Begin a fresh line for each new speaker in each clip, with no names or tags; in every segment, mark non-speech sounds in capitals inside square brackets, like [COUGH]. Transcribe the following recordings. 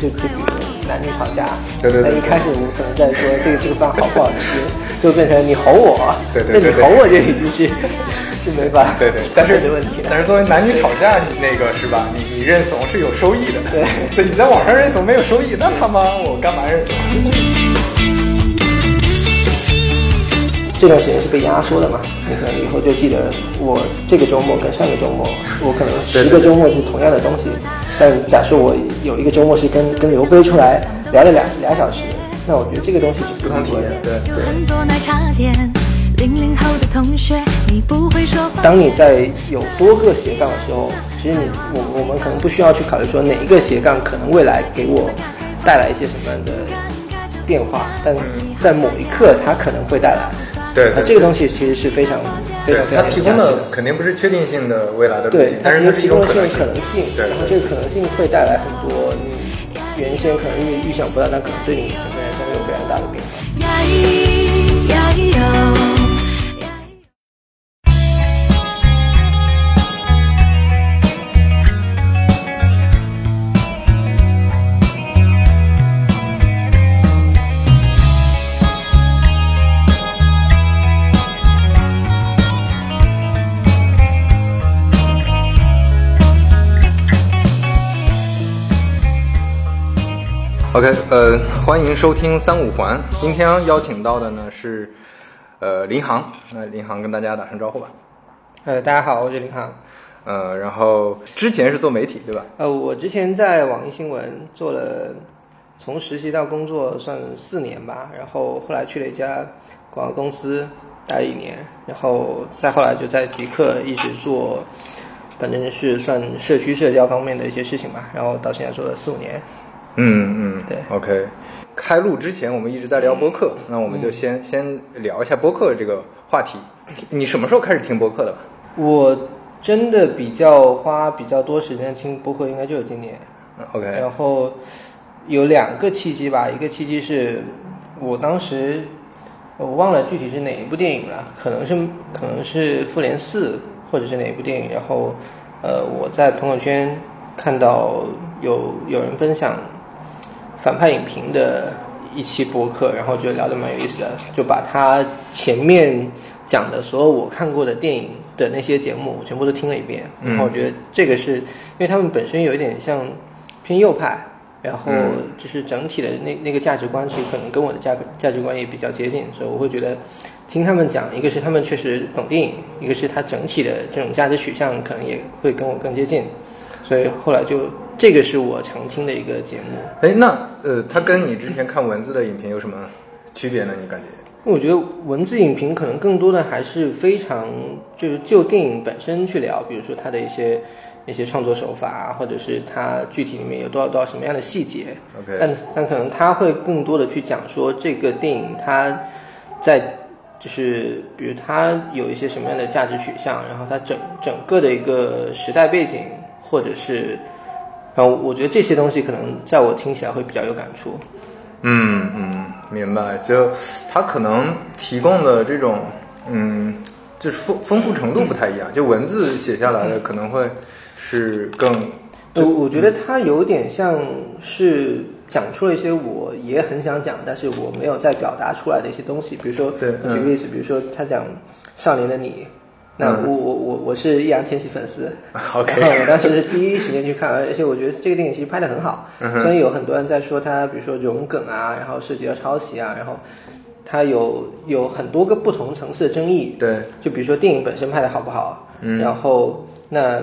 就批评男女吵架。
对对对
那一开始你可能在说这个这个饭好不好吃，就变成你吼我。
对对对对
那你吼我这一句是是没法
对对，但是
解决问题的。
但是作为男女吵架，你那个是吧？你你认怂是有收益的，
对
对，你在网上认怂没有收益，那他妈我干嘛认怂？
这段时间是被压缩的嘛，你可能以后就记得我这个周末跟上个周末，我可能十个周末是同样的东西，但假设我有一个周末是跟跟刘飞出来聊了两俩小时，那我觉得这个东西是不
不同体
多的
验，。对。
有很多奶茶店，零零后的同学，你不会说方
当你在有多个斜杠的时候，其实你我我们可能不需要去考虑说哪一个斜杠可能未来给我带来一些什么样的变化，但在某一刻它可能会带来。
对对
那这个东西其实是非常非
对
常非
它
常有
提
价
供
值
的肯定不是确定性的未来的路
对
径，，
它
但
其
是
实
它是
提
一种
供
可
这种
能性
可能。性，
对
然后
对
这个可能性会带来很多你原先可能预预想不到，但可能对你整个人生有非常大的变化。
呀咿呀咿哟呀咿
OK，呃，欢迎收听三五环。今天邀请到的呢是，呃，林航。那、林航跟大家打声招呼吧。
呃，大家好，我是林航。
呃，然后之前是做媒体对吧？
呃，我之前在网易新闻做了从实习到工作算四年吧，然后后来去了一家广告公司待了一年，然后再后来就在极客一直做，反正是算社区社交方面的一些事情吧，然后到现在做了四五年。
嗯嗯，
对
OK，开录之前我们一直在聊播客，那我们就先、先聊一下播客这个话题。你什么时候开始听播客的吧？
我真的比较花比较多时间听播客，应该就是今年。
嗯 OK，
然后有两个契机吧，一个契机是我当时我忘了具体是哪一部电影了，可能是可能是《复联四》或者是哪一部电影，然后呃我在朋友圈看到有有人分享反派影评的一期播客，然后觉得聊得蛮有意思的，就把他前面讲的所有我看过的电影的那些节目我全部都听了一遍，
嗯
然后我觉得这个是因为他们本身有一点像偏右派，然后
嗯
就是整体的那那个价值观是可能跟我的价价值观也比较接近，所以我会觉得听他们讲，一个是他们确实懂电影，一个是他整体的这种价值取向可能也会跟我更接近，所以后来就这个是我常听的一个节目。
哎，那呃，它跟你之前看文字的影评有什么区别呢？你感觉？
我觉得文字影评可能更多的还是非常就是就电影本身去聊，比如说它的一些一些创作手法啊，或者是它具体里面有多少多少什么样的细节。
OK
但但可能他会更多的去讲说这个电影它在就是比如它有一些什么样的价值取向，然后它整整个的一个时代背景，或者是，然后我觉得这些东西可能在我听起来会比较有感触。
嗯嗯，明白。就它可能提供的这种，嗯，就是丰丰富程度不太一样。就文字写下来的可能会是更，
我呃我
嗯
觉得他有点像是讲出了一些我也很想讲，但是我没有在表达出来的一些东西。比如说，
对嗯
我举个例子，比如说他讲《少年的你》，那我、
嗯
我我我是易烊千玺粉丝
[LAUGHS] OK
然后我当时是第一时间去看，而且我觉得这个电影其实拍的很好，
嗯
所以有很多人在说他，比如说融梗啊，然后涉及到抄袭啊，然后他有有很多个不同层次的争议。
对
就比如说电影本身拍的好不好，
嗯
然后那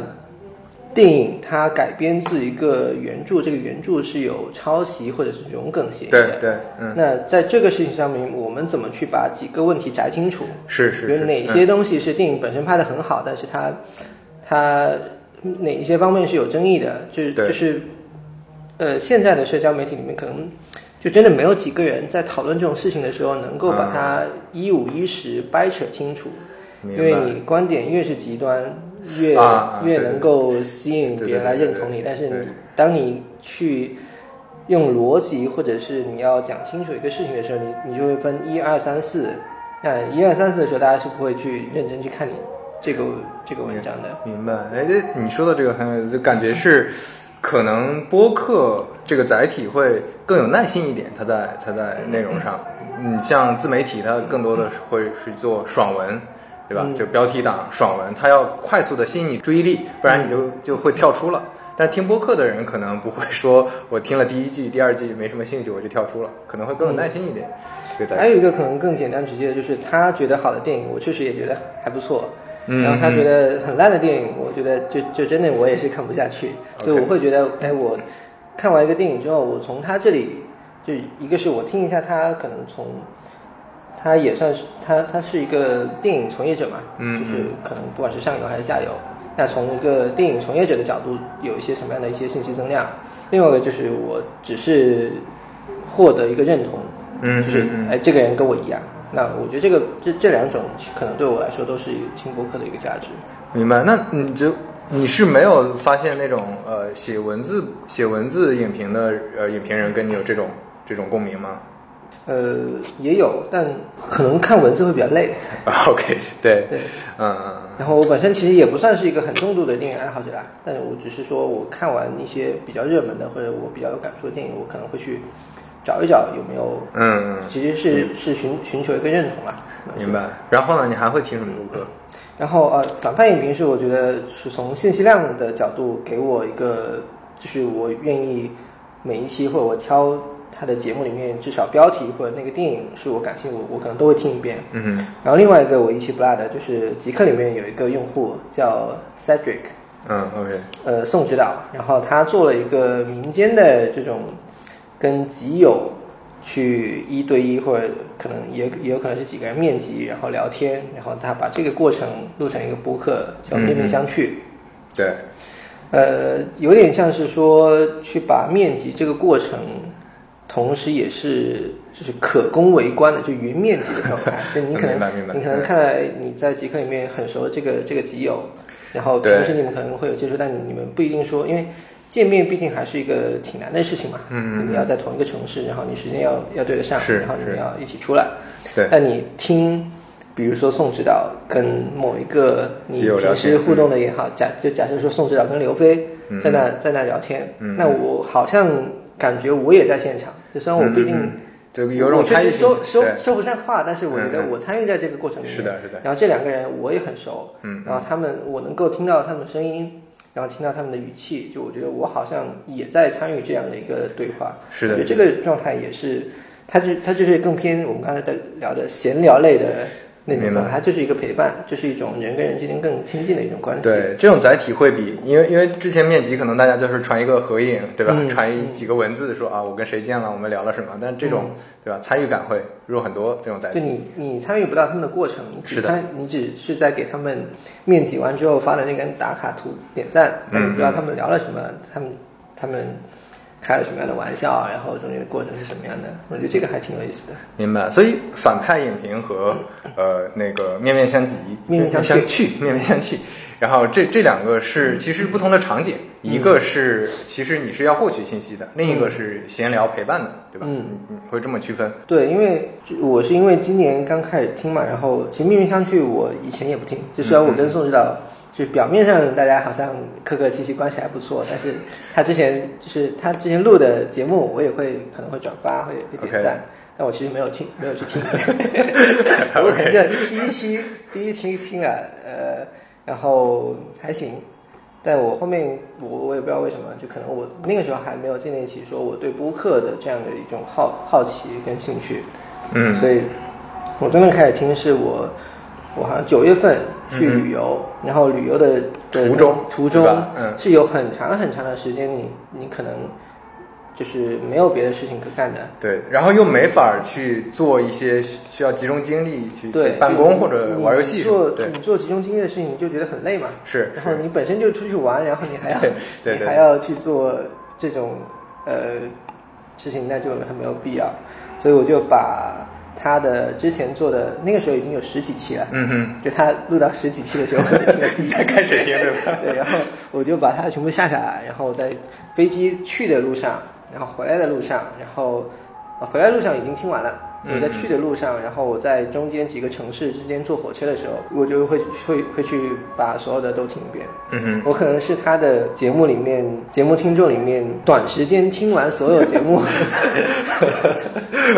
电影它改编自一个原著，这个原著是有抄袭或者是融梗嫌疑
对
的。
对，嗯，
那在这个事情上面，我们怎么去把几个问题摘清楚？
是是
比
是，
如哪
嗯
些东西是电影本身拍的很好，但是它它哪一些方面是有争议的？就是
对
就是呃，现在的社交媒体里面可能就真的没有几个人在讨论这种事情的时候能够把它一五一十掰扯清楚，
嗯明
因
白
为你观点越是极端，越、
啊啊
越
对
能够吸引
对对
别人来
对
认
对
同你，
对
但是
对
你当你去用逻辑或者是你要讲清楚一个事情的时候，你你就会分一二三四。那一二三四的时候，大家是不会去认真去看你这个这个文章的。
明白。哎，这你说的这个很有意思，就感觉是可能播客这个载体会更有耐心一点，它在它在内容上，你像自媒体，它更多的会去做爽文，对吧？就标题党爽文，它要快速的吸引你注意力，不然你就就会跳出了。但听播客的人可能不会说，我听了第一季、第二季没什么兴趣，我就跳出了，可能会更有耐心一点。这个载
还
体，
有一个可能更简单直接的就是，他觉得好的电影，我确实也觉得还不错。
嗯
然后他觉得很烂的电影，我觉得就就真的我也是看不下去，所以我会觉得，哎，我看完一个电影之后，我从他这里，就一个是我听一下他可能从，他也算是他他是一个电影从业者嘛，
嗯
就是可能不管是上游还是下游，那从一个电影从业者的角度，有一些什么样的一些信息增量？另外一个就是我只是获得一个认同，
嗯
就是
嗯嗯
哎，这个人跟我一样。那我觉得这个这这两种可能对我来说都是听播客的一个价值。
明白？那你就你是没有发现那种呃写文字写文字影评的呃影评人跟你有这种这种共鸣 [LAUGHS] 吗？
呃，也有，但可能看文字会比较累。
啊 OK，对，
对
嗯嗯嗯
然后我本身其实也不算是一个很重度的电影爱好者啦，但是我只是说我看完一些比较热门的或者我比较有感触的电影，我可能会去找一找有没有，
嗯，嗯
其实是是寻寻求一个认同啊啦。
明白。然后呢，你还会听什么歌？
然后呃，反派影评是我觉得是从信息量的角度给我一个，就是我愿意每一期或者我挑他的节目里面至少标题或者那个电影是我感兴趣，我我可能都会听一遍。
嗯
然后另外一个我一期不落的就是极客里面有一个用户叫 Cedric，
嗯，OK，
呃，宋指导，然后他做了一个民间的这种跟集友去一对一，或者可能也也有可能是几个人面基，然后聊天，然后他把这个过程录成一个播客，叫《面面相觑》
对，
呃，有点像是说去把面基这个过程，同时也是就是可攻为观的，就云面基的状
[LAUGHS]
态。就你可能
明白明白
你可能看来你在极客里面很熟这个这个集友，然后
对
平时你们可能会有接触，但你你们不一定说，因为见面毕竟还是一个挺难的事情嘛。
嗯嗯嗯
你要在同一个城市，然后你时间要要对得上，
是
然后你们
是
要一起出来。
对
但你听。比如说宋指导跟某一个你
集友聊
平时
天嗯
互动的也好，假就假设说宋指导跟刘飞在那、在那聊天，
嗯
那我好像感觉我也在现场，就虽然我不一定、
嗯嗯嗯就有种
我确
参与
实说
性
说
对
说不上话，但是我觉得
嗯嗯
我参与在这个过程里面，
是的是的
然后这两个人我也很熟，
嗯嗯
然后他们我能够听到他们的声音。然后听到他们的语气，就我觉得我好像也在参与这样的一个对话。
是的
我觉得这个状态也是，它就它就是更偏我们刚才在聊的闲聊类的那种
明白
状态，它就是一个陪伴，就是一种人跟人之间更亲近的一种关系。
对，这种载体会比，因为因为之前面基可能大家就是传一个合影，对吧？
嗯
传一几个文字说啊，我跟谁见了，我们聊了什么。但这种、对吧，参与感会弱很多。这种载
就
体，
你你参与不到他们的过程，你只
是的
参你只是在给他们面基完之后发的那根打卡图点赞，
嗯
但你不知道他们聊了什么，他们他们开了什么样的玩笑，然后中间的过程是什么样的，我觉得这个还挺有意思的。
明白。所以反派影评和呃那个面面相及，
面面相嗯觑
相觑，面面相觑。然后这这两个是其实不同的场景，
嗯
一个是其实你是要获取信息的，另一个是闲聊陪伴的，对吧？
嗯
你，你会这么区分。
对，因为就我是因为今年刚开始听嘛，然后其实面面相觑我以前也不听，就虽然我跟宋指导就表面上大家好像客客气气，关系还不错，但是他之前就是他之前录的节目，我也会可能会转发，会会点赞。
OK
但我其实没有听，没有去
[LAUGHS]
听。我可能就第一期，第一期听了，呃，然后还行，但我后面我我也不知道为什么，就可能我那个时候还没有建立起说我对播客的这样的一种好好奇跟兴趣，
嗯
所以我真正开始听是我我好像九月份去旅游，然后旅游的的
途中
途中
对吧嗯
是有很长很长的时间你你可能就是没有别的事情可干的，
对，然后又没法儿去做一些需需要集中精力去
对
去，办公
就
或者玩游戏
你
什么
做
的，对
你做集中精力的事情，你就觉得很累嘛。
是
然后
是
你本身就出去玩，然后你还要
[LAUGHS] 对对
你
对
还要去做这种呃事情，那就很没有必要。所以我就把他的之前做的那个时候已经有十几期了，
嗯哼，
就他录到十几期的时
[LAUGHS]
候，我就听了第一期
才开始听对吧？
[LAUGHS] 对，然后我就把它全部下下来，然后在啊飞机去的路上，然后回来的路上，然后呃回来路上已经听完了，
嗯
我在去的路上，然后我在中间几个城市之间坐火车的时候，我就会会会去把所有的都听一遍。
嗯
我可能是他的节目里面节目听众里面短时间听完所有节
[LAUGHS]
目， [LAUGHS]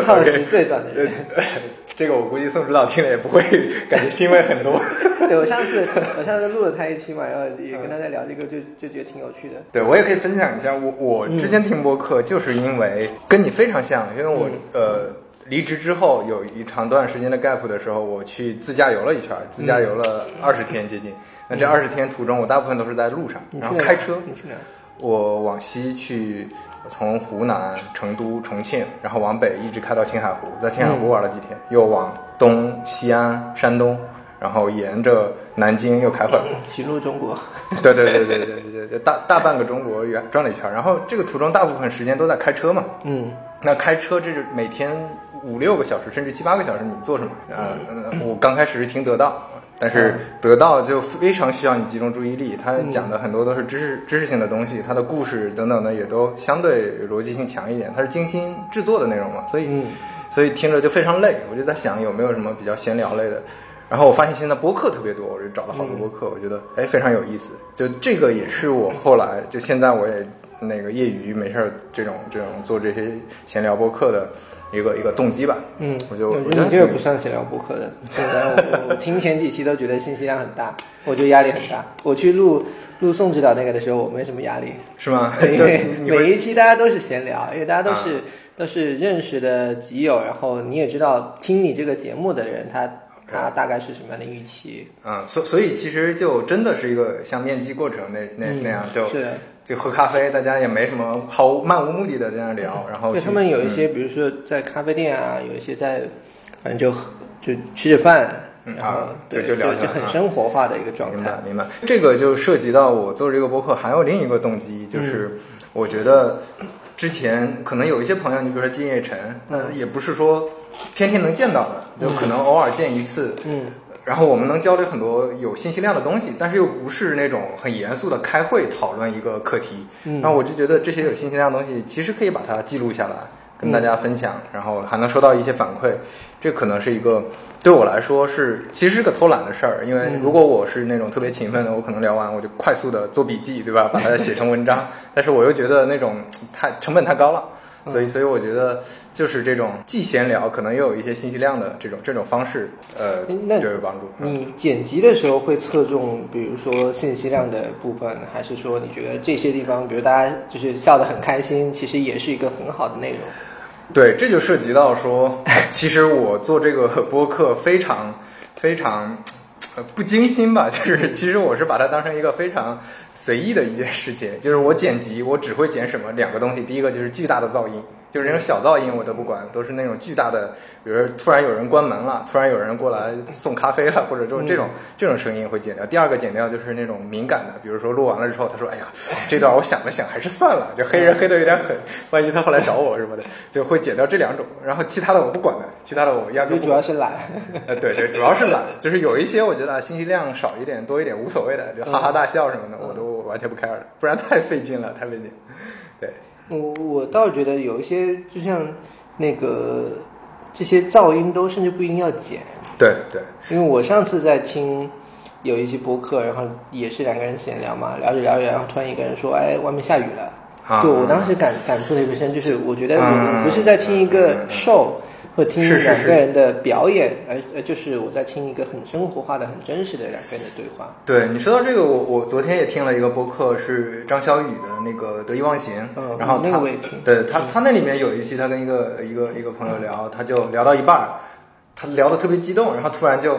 耗时最短的人。
哼， [LAUGHS] 这个我估计宋指导听了也不会 [LAUGHS] 感觉欣慰很多。
[LAUGHS] 对我上次我上次录了他一期嘛，然后也跟他在聊这个，就就觉得挺有趣的。
对我也可以分享一下，我我之前听播客就是因为跟你非常像，因为我、呃离职之后有一长段时间的 gap 的时候，我去自驾游了一圈，自驾游了二十天接近。那这二十天途中，我大部分都是在路上，
你嗯去
然后
哪儿
开车。
你去哪儿？
我往西去，从湖南成都、重庆，然后往北一直开到青海湖，在青海湖玩了几天，又往东西安、山东，然后沿着南京又开回来。
歧路中国。
[LAUGHS] 对对对对对对对，大大半个中国圆转了一圈，然后这个途中大部分时间都在开车嘛。
嗯，
那开车这是每天五六个小时，甚至七八个小时，你做什么？呃，
嗯
呃我刚开始是听得到，但是得到就非常需要你集中注意力。
嗯
他讲的很多都是知识知识性的东西，他的故事等等的也都相对逻辑性强一点，它是精心制作的内容嘛，所以、
嗯
所以听着就非常累。我就在想有没有什么比较闲聊类的。然后我发现现在播客特别多，我就找了好多播
嗯
客，我觉得哎非常有意思。就这个也是我后来就现在我也那个业余没事儿这种这种做这些闲聊播客的一个一个动机吧。
嗯，
我就
觉得你这个不算闲聊播客 [LAUGHS] 的。现在我我听前几期都觉得信息量很大，我觉得压力很大。我去录录宋指导那个的时候，我没什么 [LAUGHS] 压力，
是吗？哎
因
就
为
你
每
会
一期大家都是闲聊，因为大家都是、
啊
都是认识的集友，然后你也知道听你这个节目的人，他他大概是什么样的预期。
嗯，所所以其实就真的是一个像面基过程那那、
嗯
那样就是
的
就喝咖啡，大家也没什么毫无漫无目的的这样聊，然后
对
去嗯
他们有一些，比如说在咖啡店啊，有一些在，反正就就吃着饭，
嗯
然后
啊
对
就就聊
就
天
很
啊
生活化的一个状
明
态
白。明白，这个就涉及到我做这个博客还有另一个动机，就是我觉得之前可能有一些朋友，你比如说金叶晨，那也不是说天天能见到的，就可能偶尔见一次，
嗯。
然后我们能交流很多有信息量的东西，但是又不是那种很严肃的开会讨论一个课题。
嗯
那我就觉得这些有信息量的东西，其实可以把它记录下来，跟大家分享，然后还能收到一些反馈。这可能是一个对我来说是其实是个偷懒的事儿，因为如果我是那种特别勤奋的，我可能聊完我就快速的做笔记，对吧？把它写成文章。但是我又觉得那种太成本太高了。所以，所以我觉得就是这种既闲聊，可能又有一些信息量的这种这种方式，呃，
那
就有帮助。嗯
你剪辑的时候会侧重，比如说信息量的部分，还是说你觉得这些地方，比如大家就是笑得很开心，其实也是一个很好的内容？
对，这就涉及到说，哎其实我做这个播客非常非常呃不精心吧，就是其实我是把它当成一个非常随意的一件事情，就是我剪辑，我只会剪什么两个东西，第一个就是巨大的噪音。就是那种小噪音我都不管，都是那种巨大的，比如说突然有人关门了，突然有人过来送咖啡了，或者就是这
嗯
种、这种声音会剪掉。第二个剪掉就是那种敏感的，比如说录完了之后，他说：“哎呀，这段我想了想，还是算了。”就黑
嗯
人黑的有点狠，万一他后来找我什么的，就会剪掉这两种。然后其他的我不管的，其他的我压根
就
不
主
管
要是懒。 [LAUGHS]
呃，对对，主要是懒，就是有一些我觉得啊，信息量少一点、多一点无所谓的，就哈哈大笑什么的，
嗯
我都完全不 care 的，不然太费劲了，太费劲。对，
我我倒觉得有一些，就像那个这些噪音都甚至不一定要剪，
对对，
因为我上次在听有一期播客，然后也是两个人闲聊嘛，聊着聊着，然后突然一个人说：“哎，外面下雨了。
啊
就我当时感感触特别深，就是我觉得我
嗯
不是在听一个
嗯嗯嗯
show，或者听
是是
两
是
个人的表演，而而就是我在听一个很生活化的、很真实的两个人的对话。
对你说到这个，我我昨天也听了一个播客，是张小雨的那个《得意忘形》，
嗯
然后他
那个我也听
对他他那里面有一期，他跟一个一个一个朋友聊，他就聊到一半儿，他聊得特别激动，然后突然就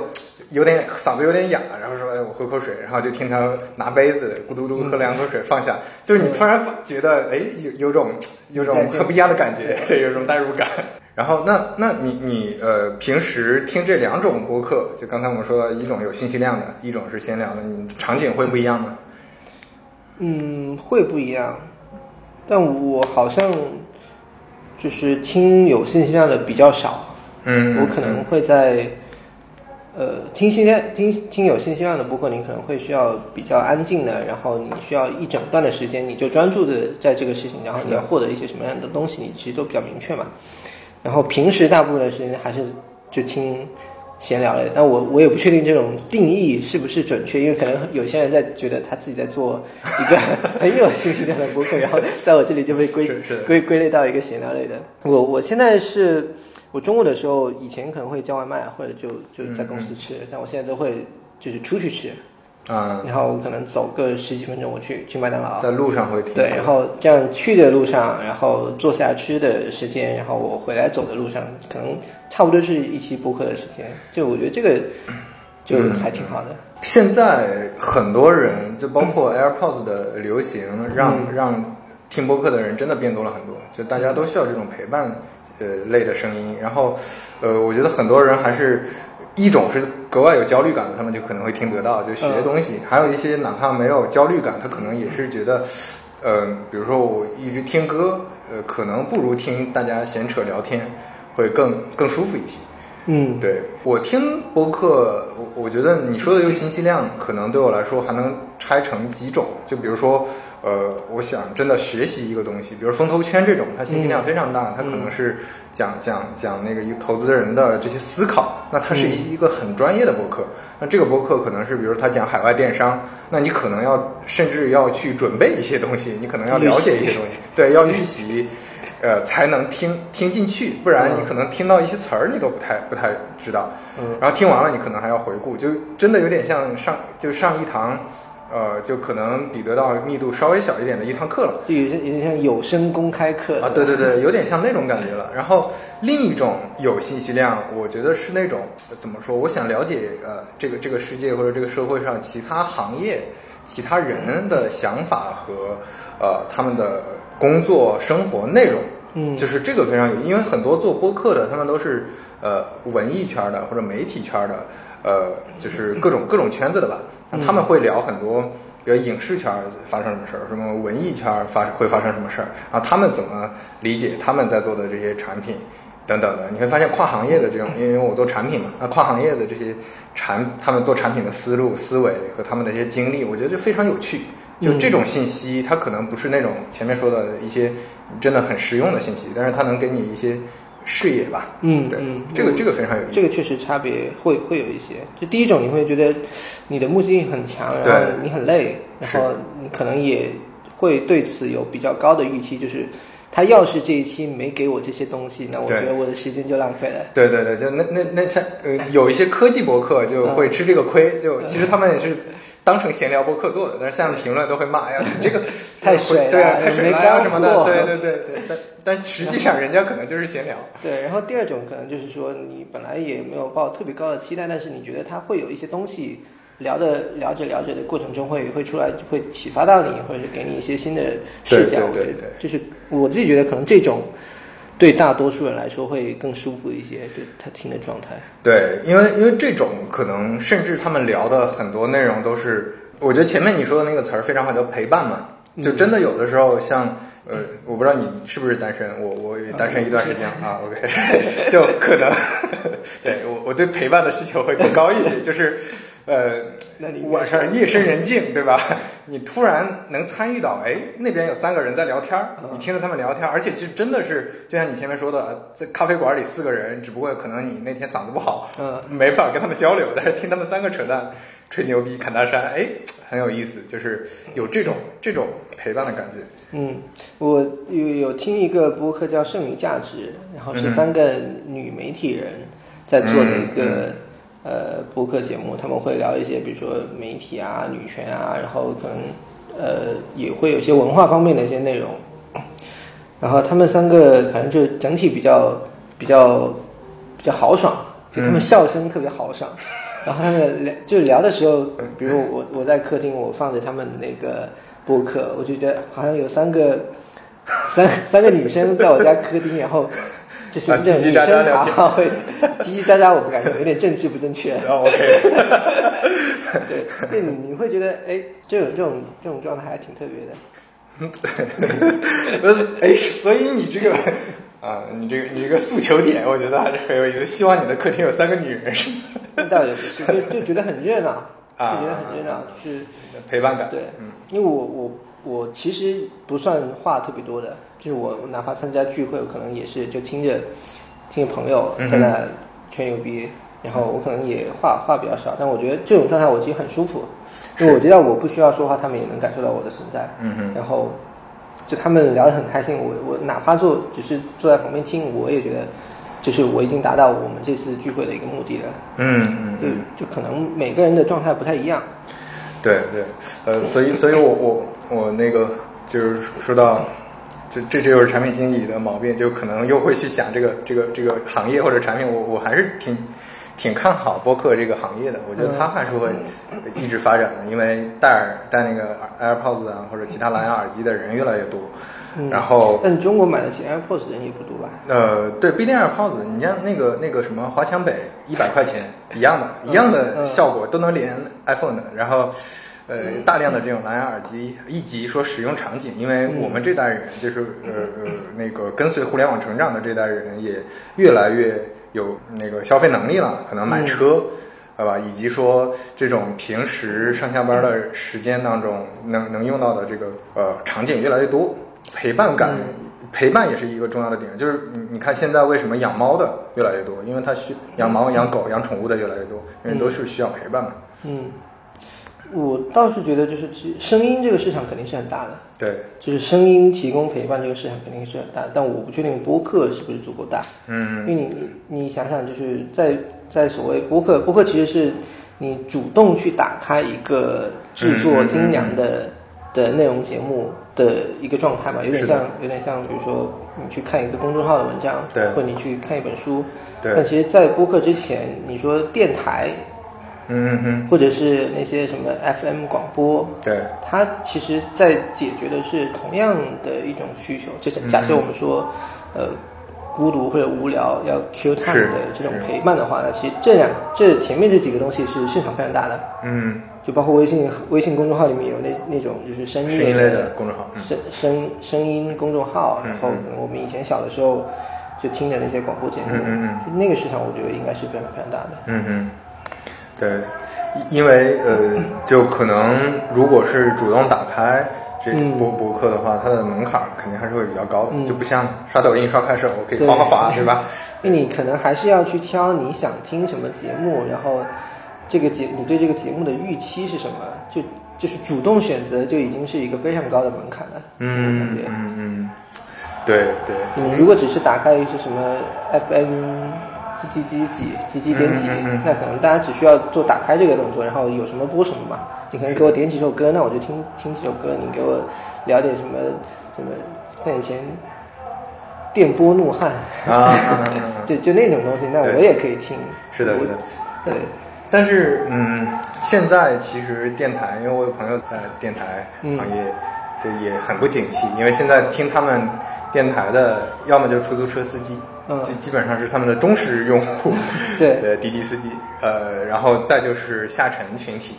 有点嗓子有点哑，然后说哎我喝口水，然后就听他拿杯子咕嘟嘟喝两口水放下，就是你突然发觉得哎有有种有种
对对
很不一样的感觉， [LAUGHS] 对，有种代入感。然后那那你你呃平时听这两种播客，就刚才我们说到一种有信息量的，一种是闲聊的，你场景会不一样吗？
嗯，会不一样，但我好像就是听有信息量的比较少。
嗯，
我可能会在，呃，听信息听听有信息量的播客，你可能会需要比较安静的，然后你需要一整段的
嗯
时间，你就专注的在这个事情，然后你要获得一些什么样的东西，你其实都比较明确嘛。然后平时大部分的时间还是就听闲聊类，但我我也不确定这种定义是不是准确，因为可能有些人在觉得他自己在做一个 [LAUGHS] 很有信息量的播客，然后在我这里就被归
是是的
归归类到一个闲聊类的。我我现在是。我中午的时候，以前可能会叫外卖，或者就就在公司吃，
嗯
但我现在都会就是出去吃，
啊、
然后可能走个十几分钟，我去去麦当劳，
在路上会听。
对，然后这样去的路上，然后坐下吃的时间，然后我回来走的路上，可能差不多是一期播客的时间。就我觉得这个就
嗯
还挺好的。
现在很多人，就包括 AirPods 的流行，让让听播客的人真的变多了很多。就大家都需要这种陪伴呃类的声音。然后，呃，我觉得很多人还是一种是格外有焦虑感的，他们就可能会听得到，就学东西；还有一些哪怕没有焦虑感，他可能也是觉得，呃，比如说我一直听歌，呃，可能不如听大家闲扯聊天会更更舒服一些。
嗯，
对我听播客，我我觉得你说的这个信息量，可能对我来说还能拆成几种。就比如说，呃，我想真的学习一个东西，比如风投圈这种，它信息量非常大，它可能是讲讲讲那个一个投资人的这些思考，那它是一一个很专业的播客。那这个播客可能是，比如他讲海外电商，那你可能要甚至要去准备一些东西，你可能要了解一些东西，对，要预习。呃，才能听听进去，不然你可能听到一些词儿你都不太不太知道。
嗯
然后听完了，你可能还要回顾，就真的有点像上就上一堂，呃，就可能比得到密度稍微小一点的一堂课了。
就有些有点像有声公开课
啊，对对对，有点像那种感觉了。然后另一种有信息量，我觉得是那种呃怎么说？我想了解呃这个这个世界或者这个社会上其他行业、其他人的想法和呃他们的工作生活内容。
嗯
就是这个非常有，因为很多做播客的他们都是呃文艺圈的或者媒体圈的，呃就是各种各种圈子的吧，他们会聊很多。比如影视圈发生什么事儿，什么文艺圈发会发生什么事儿，然后他们怎么理解他们在做的这些产品等等的，你会发现跨行业的这种，因为我做产品嘛，那跨行业的这些产，他们做产品的思路、思维和他们的一些经历，我觉得就非常有趣。就这
嗯
种信息，它可能不是那种前面说的一些真的很实用的信息，但是它能给你一些视野吧。
嗯
对
嗯，
这个
嗯
这个非常有意思。
这个确实差别会会有一些。就第一种，你会觉得你的目的性很强，然后
对
你很累，然后你可能也会对此有比较高的预期，就是他要是这一期没给我这些东西，那我
对
觉得我的时间就浪费了。
对对对，就那那那像呃，有一些科技博客就
嗯
会吃这个亏，就其实他们也是当成闲聊博客做的，但是下面评论都会骂哎呀，你这个
太水了
对啊，太水了呀
没干
什么的，
货
对对对对，但但实际上人家可能就是闲聊，
对，然后第二种可能就是说，你本来也没有抱特别高的期待，但是你觉得它会有一些东西聊的聊着聊着的过程中会会出来，会启发到你，或者是给你一些新的视角。我
对对对
觉得
对
就是我自己觉得可能这种对大多数人来说会更舒服一些，就他听的状态。
对，因为因为这种可能甚至他们聊的很多内容都是，我觉得前面你说的那个词儿非常好，叫陪伴嘛，
嗯
就真的有的时候像。呃，我不知道你是不是单身，我我也单身一段时间啊，OK，就 [LAUGHS] 可能，对我我对陪伴的需求会更高一些，就是，呃
[LAUGHS] 那你，
晚上 [LAUGHS] 夜深人静，对吧？ [LAUGHS] 你突然能参与到，哎，那边有三个人在聊天儿，
嗯
你听着他们聊天儿，而且就真的是，就像你前面说的，呃在咖啡馆里四个人，只不过可能你那天嗓子不好，
嗯
没办法跟他们交流，但是听他们三个扯淡、吹牛逼、侃大山，哎，很有意思，就是有这种这种陪伴的感觉。
嗯，我有有听一个播客叫《剩余价值》，然后
嗯
是三个女媒体人在做的一
嗯
个、呃播客节目，他们会聊一些比如说媒体啊、女权啊，然后可能呃也会有一些文化方面的一些内容。然后他们三个反正就整体比较比较比较豪爽，就
嗯
他们笑声特别豪爽。然后他们聊就聊的时候，比如我我在客厅，我放着他们那个播客，我就觉得好像有三个三三个女生在我家客厅，然后就是
啊
那种
叽叽
女
喳喳
生
聊
茶
天
话啊会叽叽喳喳，我不敢说，有点政治不正确。
然后哦 OK， [LAUGHS]
对，那你你会觉得哎，这种这种这种状态还挺特别的。
哎，所以你这个啊，你这个你这个诉求点，我觉得还是很有意思。希望你的客厅有三个女人，是吧
那倒也不是，就就觉得很热闹，
啊
就觉得很热闹，就是
陪伴感。
对，因为我我我其实不算话特别多的，就是我我哪怕参加聚会，我可能也是就听着这个朋友
嗯
在那吹牛逼，然后我可能也话话比较少，但我觉得这种状态我其实很舒服，因为我知道我不需要说话，他们也能感受到我的存在。
嗯哼
然后就他们聊得很开心，我我哪怕坐只是坐在旁边听，我也觉得就是我已经达到我们这次聚会的一个目的了。
嗯嗯
就就可能每个人的状态不太一样。
对对，呃，所以所以我我我那个就是说到，这这就是产品经理的毛病，就可能又会去想这个这个这个行业或者产品，我我还是挺挺看好播客这个行业的，我觉得它还是会一直发展的，因为戴耳戴那个 AirPods 啊或者其他蓝牙耳机的人越来越多，然后
但中国买得起 AirPods 的人也不多吧？
呃，对，不一定 AirPods，你像那个那个什么华强北，一百块钱一样的，一样的效果都能连 iPhone 的。然后，呃，大量的这种蓝牙耳机，以及说使用场景，因为我们这代人就是呃呃那个跟随互联网成长的这代人，也越来越有那个消费能力了，可能买车。对啊吧？以及说这种平时上下班的时间当中能能用到的这个呃场景越来越多，陪伴感、陪伴也是一个重要的点。就是你你看现在为什么养猫的越来越多？因为它需养猫、养狗、养宠物的越来越多，因为都是需要陪伴嘛。
嗯，我倒是觉得就是其实声音这个市场肯定是很大的，
对，
就是声音提供陪伴这个市场肯定是很大的，但我不确定播客是不是足够大。
嗯
因为你你你想想，就是在在所谓播客，播客其实是你主动去打开一个制作精良
嗯
的、的内容节目的一个状态嘛，有点
是的
像有点像，比如说你去看一个公众号的文章，
对
或者你去看一本书。
对
但其实，在播客之前，你说电台
嗯嗯，
或者是那些什么 FM 广播，
对，
它其实在解决的是同样的一种需求，就是
嗯
假设我们说，呃，孤独或者无聊要 Q time
是
的这种
是
陪伴的话，那其实这两这前面这几个东西是市场非常大的，
嗯，
就包括微信微信公众号里面有那那种就是声
声
音
音
类
类的公众号，嗯
声声声音公众号，然后可能我们以前小的时候就听的那些广播节目，
嗯嗯
就那个市场我觉得应该是非常非常大的，
嗯嗯，对，因因为呃，就可能如果是主动打开这
嗯
博博客的话，它的门槛儿肯定还是会比较高的，
嗯
就不像刷抖音、刷快手，我可以
对
哗哗哗，对吧？
因为你可能还是要去挑你想听什么节目，然后这个节你对这个节目的预期是什么，就就是主动选择就已经是一个非常高的门槛了。
嗯嗯嗯，对对，
你如果只是打开是什么 FM 几几几几几几点几
嗯嗯嗯，
那可能大家只需要做打开这个动作，然后有什么播什么嘛。你可能给我点几首歌，那我就听听几首歌。你给我聊点什么什么，像以前电波怒汉 [LAUGHS]
啊啊啊啊
就就那种东西，那
对
我也可以听。
是的
我
是的
对，
但是嗯，现在其实电台，因为我有朋友在电台
嗯
行业，就也很不景气，因为现在听他们电台的，要么就出租车司机，
嗯
基基本上是他们的忠实用户，
[LAUGHS] 对
呃，滴滴司机，呃，然后再就是下沉群体，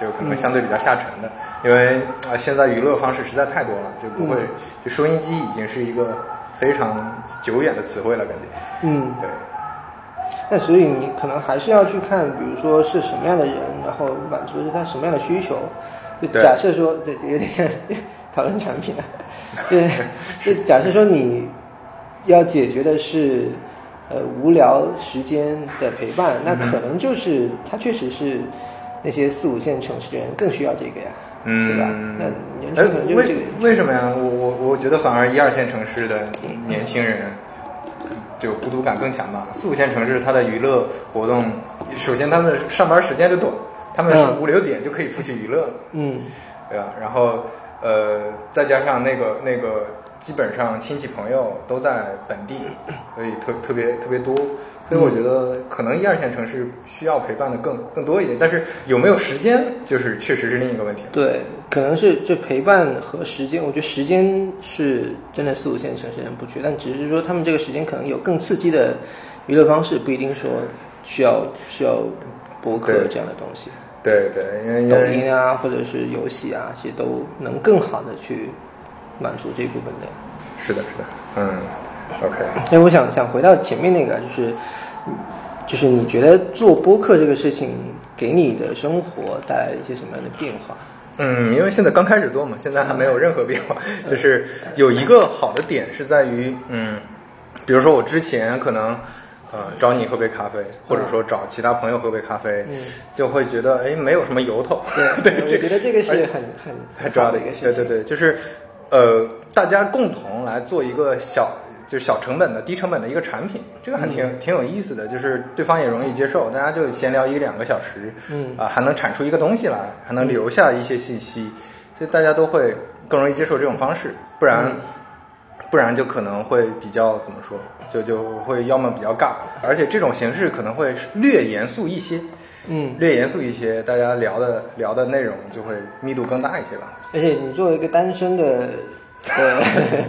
就可能相对比较下沉的，因为呃现在娱乐方式实在太多了，就不会，
嗯
就收音机已经是一个非常久远的词汇了，感觉，
嗯，
对，
那所以你可能还是要去看，比如说是什么样的人，然后满足的是他什么样的需求。就
对
假设说，这有点 [LAUGHS] 讨论产品啊，对，就假设说你要解决的是呃无聊时间的陪伴，
嗯
那可能就是他确实是那些四五线城市人更需要这个呀，
嗯，
对吧？那年轻
哎
人可能就是这个
为为什么呀？我我我觉得反而一二线城市的年轻人就孤独感更强吧。四五线城市它的娱乐活动，首先他们上班时间就短，他们是
嗯
五六点就可以出去娱乐，
嗯
对吧？然后呃，再加上那个那个，基本上亲戚朋友都在本地，所以特特别特别多。所以我觉得
嗯
可能一二线城市需要陪伴的更更多一点，但是有没有时间，就是确实是另一个问题了。
对，可能是这陪伴和时间，我觉得时间是真的四五线城市人不缺，但只是说他们这个时间可能有更刺激的娱乐方式，不一定说需要需要博客
对
这样的东西，
对对，因为因
抖
为
音啊或者是游戏啊，其实都能更好的去满足这一部分的。
是的，是的，嗯，OK，
所以我想想回到前面那个，啊就是就是你觉得做播客这个事情给你的生活带来了一些什么样的变
[LAUGHS]
化？
嗯，因为现在刚开始做嘛，现在还没有任何变
[LAUGHS]
化，就是有一个好的点是在于，嗯，比如说我之前可能呃，找你喝杯咖啡，或者说找其他朋友喝杯咖啡，就会觉得哎，没有什么由头。
嗯
[LAUGHS]
对，我觉得这
哎
个是很很
很重
重
要
要
的
的一个事
对
情。
对对，就是呃，大家共同来做一个小就是小成本的、低成本的一个产品，这个还挺、
嗯
挺有意思的，就是对方也容易接受，大家就闲聊一两个小时，
嗯
啊、还能产出一个东西来，还能留下一些信息，所以大家都会更容易接受这种方式，不然。
嗯
不然就可能会比较怎么说，就就会要么比较尬，而且这种形式可能会略严肃一些，
嗯，
略严肃一些，大家聊的聊的内容就会密度更大一些吧。
而且你作为一个单身
[LAUGHS]
的，
嗯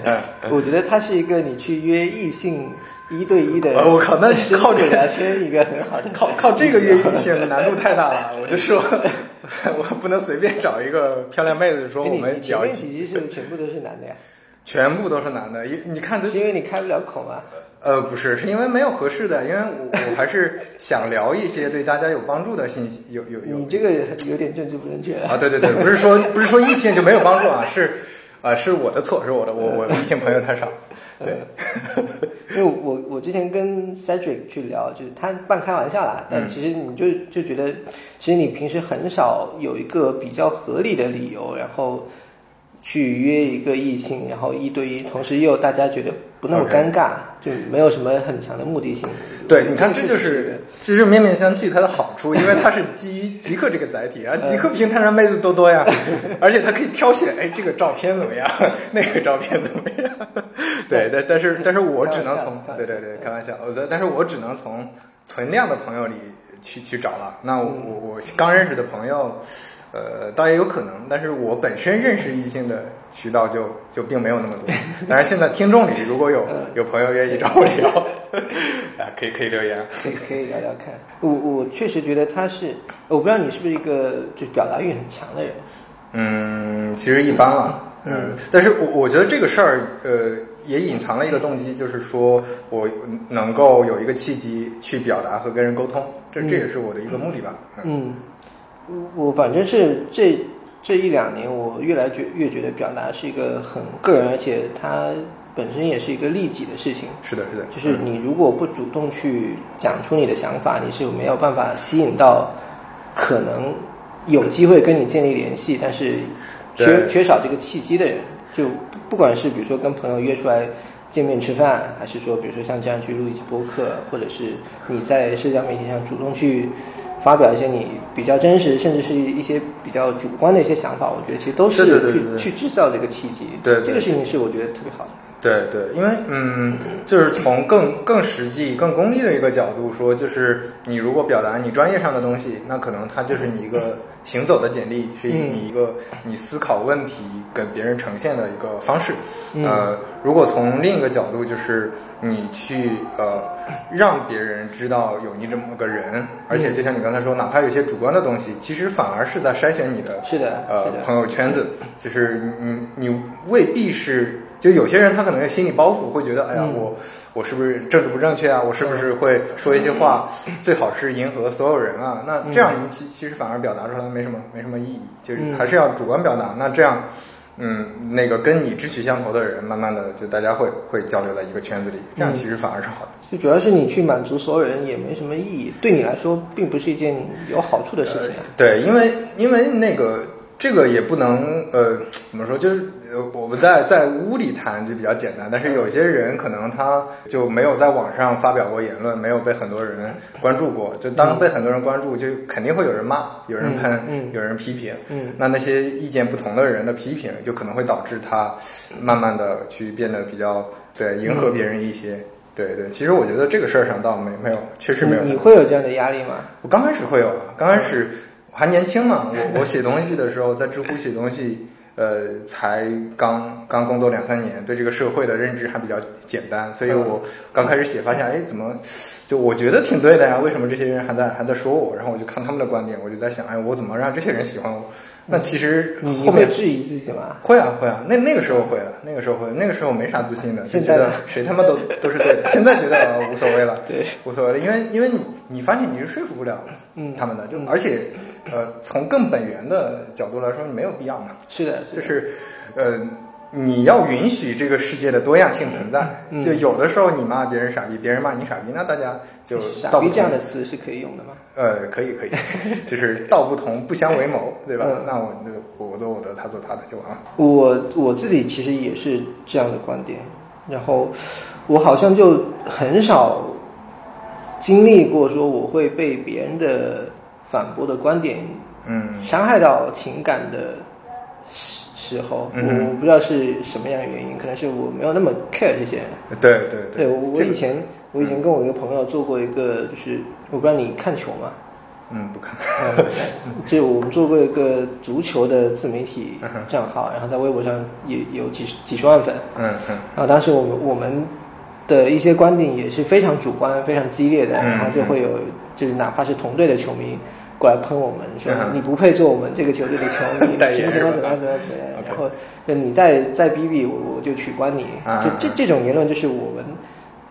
呃， [LAUGHS] 我觉得它是一个你去约异性一对一的，
啊我靠那靠这
这
个
聊天一个很好的，
靠靠这个越狱性难度太大了，我就说， [LAUGHS] 我不能随便找一个漂亮妹子说
哎
我
你
们
你前
聊一
面
起，
几集是全部都是男的
[LAUGHS]
呀，
全部都是男的。你你看
是
最
因为你开不了口嘛？
呃不是，是因为没有合适的，因为我我还是想聊一些对大家有帮助的信息，有有有
你这个有点政治不正确
啊，对对对，不是说不是说异性就没有帮助啊，是啊、是我的错，是我的，我我异性朋友太少，对，
因为我我之前跟 Cedric 去聊，就是他半开玩笑啦，但其实你就就觉得，其实你平时很少有一个比较合理的理由，然后去约一个异性，然后一对一，同时又大家觉得不那么
OK
尴尬就没有什么很强的目的性。
对，你看，这就是这就是面面相觑它的好处，因为它是基于极客这个载体啊，极客平台上妹子多多呀， [LAUGHS] 而且它可以挑选，哎，这个照片怎么样， [LAUGHS] 那个照片怎么样？ [LAUGHS] 对，但但是但是我只能从
开玩笑
对对对，开玩笑，我觉得但是我只能从存量的朋友里去去找了。那我我我刚认识的朋友，呃，倒也有可能，但是我本身认识异性的渠道就就并没有那么多。但是现在听众里如果有 [LAUGHS] 有朋友愿意找我聊， [LAUGHS] 啊，可以可以留言。
可以可以聊聊看。我我确实觉得他是，我不知道你是不是一个就是表达欲很强的人。
嗯，其实一般了。嗯，但是我我觉得这个事儿，呃，也隐藏了一个动机，就是说我能够有一个契机去表达和跟人沟通，这这也是我的一个目的吧。嗯
嗯，我我反正是这这一两年，我越来觉越觉得表达是一个很个人，而且它本身也是一个利己的事情。
是的，是嗯的，
就是你如果不主动去讲出你的想法，你是没有办法吸引到可能有机会跟你建立联系，但是缺
对
缺少这个契机的人，就不不管是比如说跟朋友约出来见面吃饭，还是说比如说像这样去录一期播客，或者是你在社交媒体上主动去发表一些你比较真实，甚至是一些比较主观的一些想法，我觉得其实都是去
对对对对对
去制造这个契机。
对对
这个事情是我觉得特别好的。
对对，因为嗯，就是从更更实际、更功利的一个角度说，就是你如果表达你专业上的东西，那可能它就是你一个行走的简历，是
嗯
一你一个你思考问题给别人呈现的一个方式。
嗯
呃，如果从另一个角度，就是你去呃让别人知道有你这么个人，而
嗯
且就像你刚才说，哪怕有些主观的东西，其实反而是在筛选你的
是的
呃
是的
朋友圈子，就是你你你未必是，就有些人他可能有心理包袱，会觉得，哎呀，我我是不是政治不正确啊？我是不是会说一些话，最好是迎合所有人啊？那这样你其其实反而表达出来没什么没什么意义，就是
嗯
还是要主观表达。那这样。嗯，那个跟你志趣相投的人，慢慢的就大家会会交流在一个圈子里，这样其实反而是好的。
就主要是你去满足所有人也没什么意义，对你来说并不是一件有好处的事情啊。
对，因为因为那个这个也不能呃怎么说，就是呃我们在在屋里谈就比较简单，但是有些人可能他就没有在网上发表过言论，没有被很多人关注过，就当被很多人关注，就肯定会有人骂，有人喷，
嗯嗯嗯
有人批评，
嗯
那那些意见不同的人的批评，就可能会导致他慢慢的去变得比较对迎
嗯
合别人一些。对对，其实我觉得这个事儿上倒没没有，确呃实没有什么。
你你会有这样的压力吗？
我刚开始会有啊，刚开
嗯
始我还年轻嘛，
[LAUGHS]
我我写东西的时候，在知乎写东西，呃，才刚刚工作两三年，对这个社会的认知还比较简单，
嗯
所以我刚开始写，发现哎，怎么就我觉得挺对的呀？为什么这些人还在还在说我？然后我就看他们的观点，我就在想，哎，我怎么让这些人喜欢我？那其实
嗯你你
后
会
面
质疑自己吗？
会啊会啊，那那个时候会啊，那个时候会，那个时候没啥自信的，就
现
觉
在
得
呢
谁他妈都都是对的。现在觉得呃无所谓了，
对，
无所谓了，因为因为你你发现你是说服不了
嗯
他们的，就而且呃从更本源的角度来说，你没有必要嘛，
是的，是的
就是呃你要允许这个世界的多样性存在。
嗯
就有的时候你骂别人傻逼，别人骂你傻逼，那大家就
傻
道不
逼这样
同
的词是可以用的吗？
呃，可以可以，就是道不同不相为谋，对吧？
嗯
那我那我做我的，他做他的就完了。
我我自己其实也是这样的观点，然后我好像就很少经历过说我会被别人的反驳的观点
嗯
伤害到情感的时时候，
嗯
我我不知道是什么样的原因，可能是我没有那么 care 这些人。，
对对
对我我
这个嗯
以前我以前跟我一个朋友做过一个，就是我不知道你看球
[LAUGHS]
吗？
嗯不看， [LAUGHS]
嗯，就我们做过一个足球的自媒体
嗯
账号，然后在微博上也有几十几十万粉。
嗯嗯
然啊后当时我们我们的一些观点也是非常主观、非常激烈的，
嗯
然后就会有就是哪怕是同队的球迷过来喷我们说
嗯
你不配做我们这个球队的球
[LAUGHS]
迷，
代言
什么
是
怎么怎么
吧
样怎么样怎么样
OK
然后就你再再逼逼我，我就取关你。
啊
就这这种言论就是我们。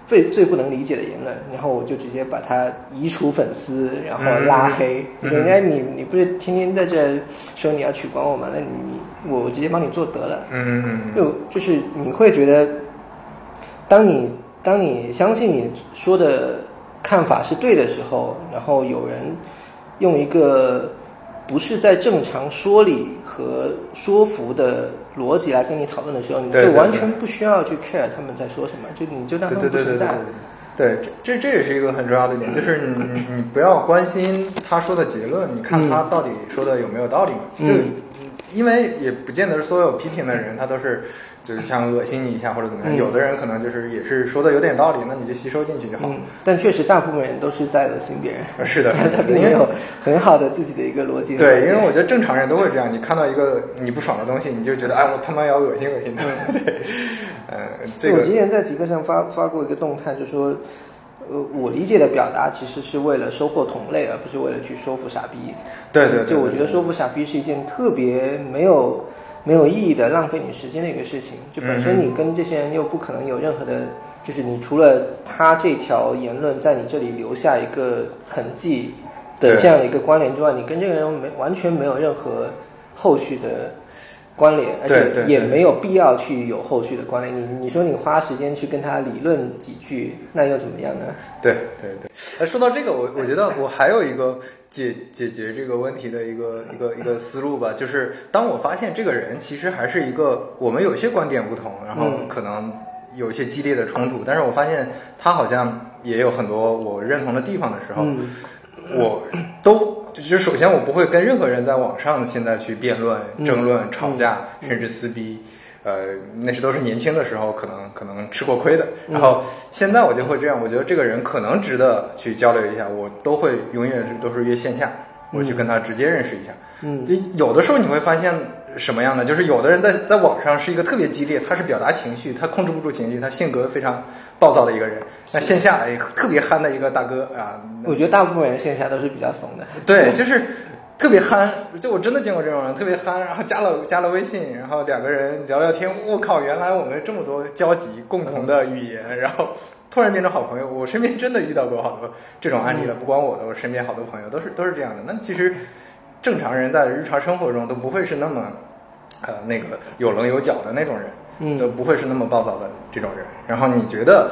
最最不能理解的言论，然后我就直接把他移除粉丝，然后拉黑。
嗯
人家你你不是天天在这说你要取关我吗？那你我直接帮你做得了。
嗯嗯嗯
就就是你会觉得，当你当你相信你说的看法是对的时候，然后有人用一个不是在正常说理和说服的逻辑来跟你讨论的时候，你
对
就
对
完
对
全不需要去 care 他们在说什么，就你就当他
对
们
对
不存
对对对
在。
对，对这这这也是一个很重要的点，就是你你你不要关心他说的结论，你看他到底说的有没有道理嘛？
嗯
就因为也不见得是所有批评的人他都是就是想恶心你一下或者怎么样，
嗯
有的人可能就是也是说的有点道理，那你就吸收进去就好。
嗯，但确实大部分人都是在恶心别人，
[LAUGHS] 是的，是
[LAUGHS] 他
的，
并
因
没
为
有很好的自己的一个逻辑。
对，因为我觉得正常人都会这样，你看到一个你不爽的东西，你就觉得哎，我他妈要恶心恶心他。对， [LAUGHS] 呃，这
嗯我
个
之前在极客上发发过一个动态，就说，呃，我理解的表达其实是为了收获同类，而不是为了去说服傻逼。
对对对
就我觉
对
得说服傻逼是一件特别没有没有意义的浪费你时间的一个事情。就本
嗯
身你跟这些人又不可能有任何的，就是你除了他这条言论在你这里留下一个痕迹的
对
这样的一个关联之外，你跟这个人没完全没有任何后续的关联，而
对对
且也
对
没有必要去有后续的关联。你你说你花时间去跟他理论几句，那又怎么样呢？
对对对。哎，说到这个，我我觉得我还有一个解解决这个问题的一个一个一个思路吧，就是当我发现这个人其实还是一个我们有些观点不同，然后
嗯
可能有一些激烈的冲突，但是我发现他好像也有很多我认同的地方的时候，
嗯
我都就是首先我不会跟任何人在网上现在去辩论、
嗯
争论、吵架，甚至撕逼。呃，那是都是年轻的时候可能可能吃过亏的，
嗯
然后现在我就会这样，我觉得这个人可能值得去交流一下，我都会永远是都是约线下，我去跟他直接认识一下。
嗯
就有的时候你会发现什么样呢？就是有的人在在网上是一个特别激烈，他是表达情绪，他控制不住情绪，他性格非常暴躁的一个人。那线下哎特别憨的一个大哥啊，
我觉得大部分人线下都是比较怂的。
[LAUGHS] 对，就是特别憨，就我真的见过这种人，特别憨，然后加了加了微信，然后两个人聊聊天，我靠，原来我们这么多交集，共同的语言，然后突然变成好朋友。我身边真的遇到过好多这种案例了，不光我的，我身边好多朋友都是都是这样的。那其实正常人在日常生活中都不会是那么呃那个有棱有角的那种人，
嗯
都不会是那么暴躁的这种人。然后你觉得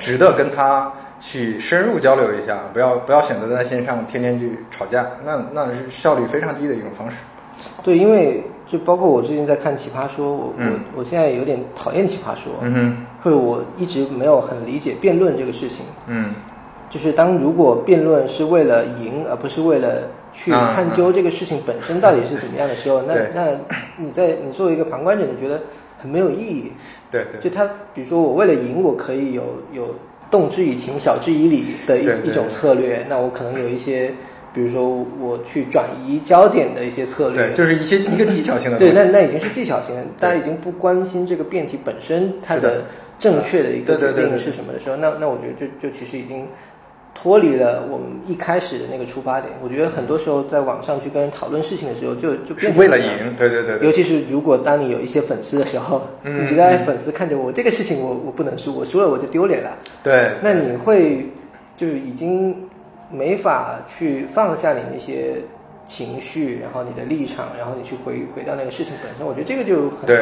值得跟他去深入交流一下，不要不要选择在线上天天去吵架，那那是效率非常低的一种方式。
对，因为就包括我最近在看《奇葩说》，我、
嗯
我我现在有点讨厌《奇葩说》
嗯哼，
或者我一直没有很理解辩论这个事情。
嗯，
就是当如果辩论是为了赢，而不是为了去
啊
探究这个事情本身到底是怎么样的时候，那
对
那你在你作为一个旁观者，你觉得很没有意义。
对对，
就他，比如说我为了赢，我可以有有动之以情，晓之以理的一
对对
一种策略。那我可能有一些，比如说我去转移焦点的一些策略。
对，就是一些一个技巧性的东
对，
西。
那那已经是技巧型了，大家已经不关心这个辩题本身它
是的
的正确的一个
对对
决
对
定
对
是什么的时候，那那我觉得就就其实已经脱离了我们一开始的那个出发点。我觉得很多时候在网上去跟人讨论事情的时候，就就是变成
为了
这样
赢，对对对
尤
对，
其是如果当你有一些粉丝的时候，
嗯
你觉得哎粉丝看着我这个事情我我不能输，我输了我就丢脸了，
对，
那你会就是已经没法去放下你那些情绪，然后你的立场，然后你去回回到那个事情本身，我觉得这个就很
对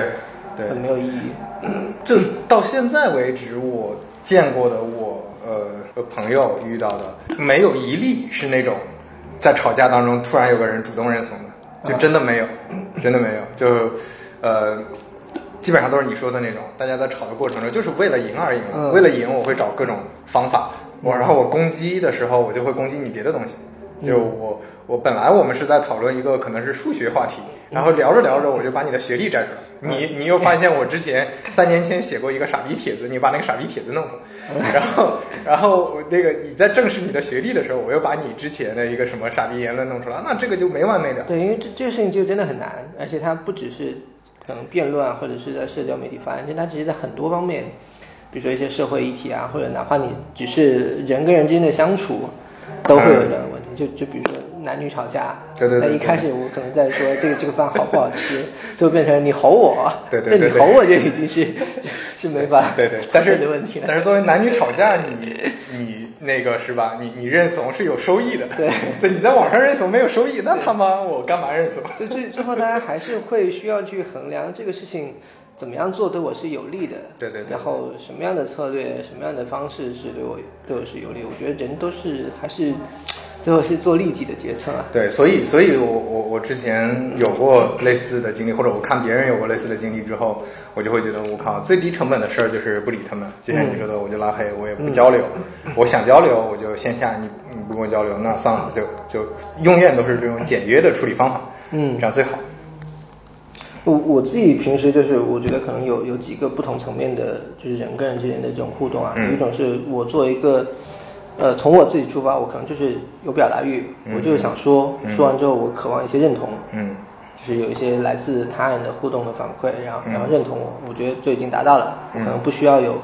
对
很没有意义。
就到现在为止，我见过的我呃朋友遇到的，没有一例是那种在吵架当中突然有个人主动认怂的，就真的没有，真的没有，就呃。基本上都是你说的那种，大家在吵的过程中，就是为了赢而赢。
嗯
为了赢，我会找各种方法。我然后我攻击的时候，我就会攻击你别的东西。就我我本来我们是在讨论一个可能是数学话题，然后聊着聊着我就把你的学历摘出来，你
嗯
你又发现我之前三年前写过一个傻逼帖子，你把那个傻逼帖子弄了，
嗯
然后然后我那个你在证实你的学历的时候，我又把你之前的一个什么傻逼言论弄出来，那这个就没完没了。
对，因为这这个事情就真的很难，而且它不只是可能辩论啊，或者是在社交媒体发言，就它其实在很多方面，比如说一些社会议题啊，或者哪怕你只是人跟人之间的相处，都会有这样的问题。就就比如说男女吵架，
对对对
那一
对
开始我可能在说这个这个饭好不好吃，就变成你吼我，
对对对
那你
对
吼我就已经是是没法
对对，但是
的问题了。
但是作为男女吵架，
[LAUGHS]
你你那个是吧？你你认怂是有收益的，
对，
对，你在网上认怂没有收益，那他妈我干嘛认怂？
所以最最后，大家还是会需要去衡量这个事情怎么样做对我是有利的，
对对对
然后什么样的策略、什么样的方式是对我对我是有利的？我觉得人都是还是最后是做利己的决策啊。
对，所以所以我我我之前有过类似的经历，或者我看别人有过类似的经历之后，我就会觉得我靠，最低成本的事儿就是不理他们。就像你说的，我就拉黑，我也不交流。我想交流，我就线下你你不跟我交流，那算了，就就永远都是这种简约的处理方法，
嗯
这样最好。
我我自己平时就是，我觉得可能有有几个不同层面的，就是人跟人之间的这种互动啊。
嗯
有一种是我作为一个，呃，从我自己出发，我可能就是有表达欲，我就是想说，说完之后我渴望一些认同，
嗯
就是有一些来自他人的互动和反馈，然后然后认同我，我觉得就已经达到了，我可能不需要有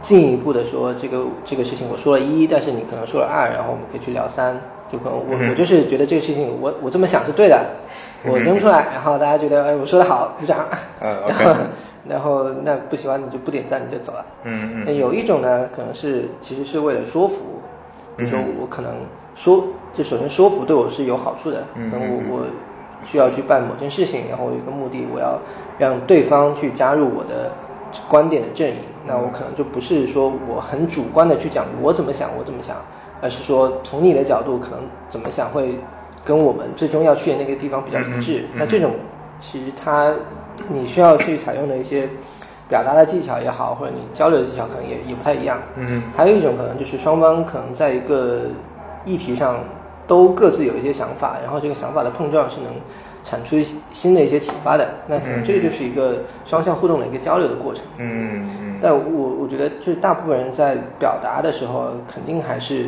进一步的说这个这个事情我说了一，但是你可能说了二，然后我们可以去聊三，就可能我、我就是觉得这个事情我我这么想是对的，我扔出来，然后大家觉得哎我说的好，鼓掌，
嗯
然 [LAUGHS]
，OK
后然后那不喜欢你就不点赞你就走了，
嗯嗯
那有一种呢，可能是其实是为了说服，比
嗯
如说我可能说，就首先说服对我是有好处的，
嗯
可能我我需要去办某件事情，然后我有一个目的，我要让对方去加入我的观点的阵营，
嗯
那我可能就不是说我很主观的去讲我怎么想，我怎么想，而是说从你的角度可能怎么想会跟我们最终要去的那个地方比较一致。
嗯
那这种其实它你需要去采用的一些表达的技巧也好，或者你交流的技巧可能也也不太一样。
嗯，
还有一种可能就是双方可能在一个议题上都各自有一些想法，然后这个想法的碰撞是能产出一些新的一些启发的。那可能这个就是一个双向互动的一个交流的过程。
嗯嗯
但我我觉得，就是大部分人在表达的时候，肯定还是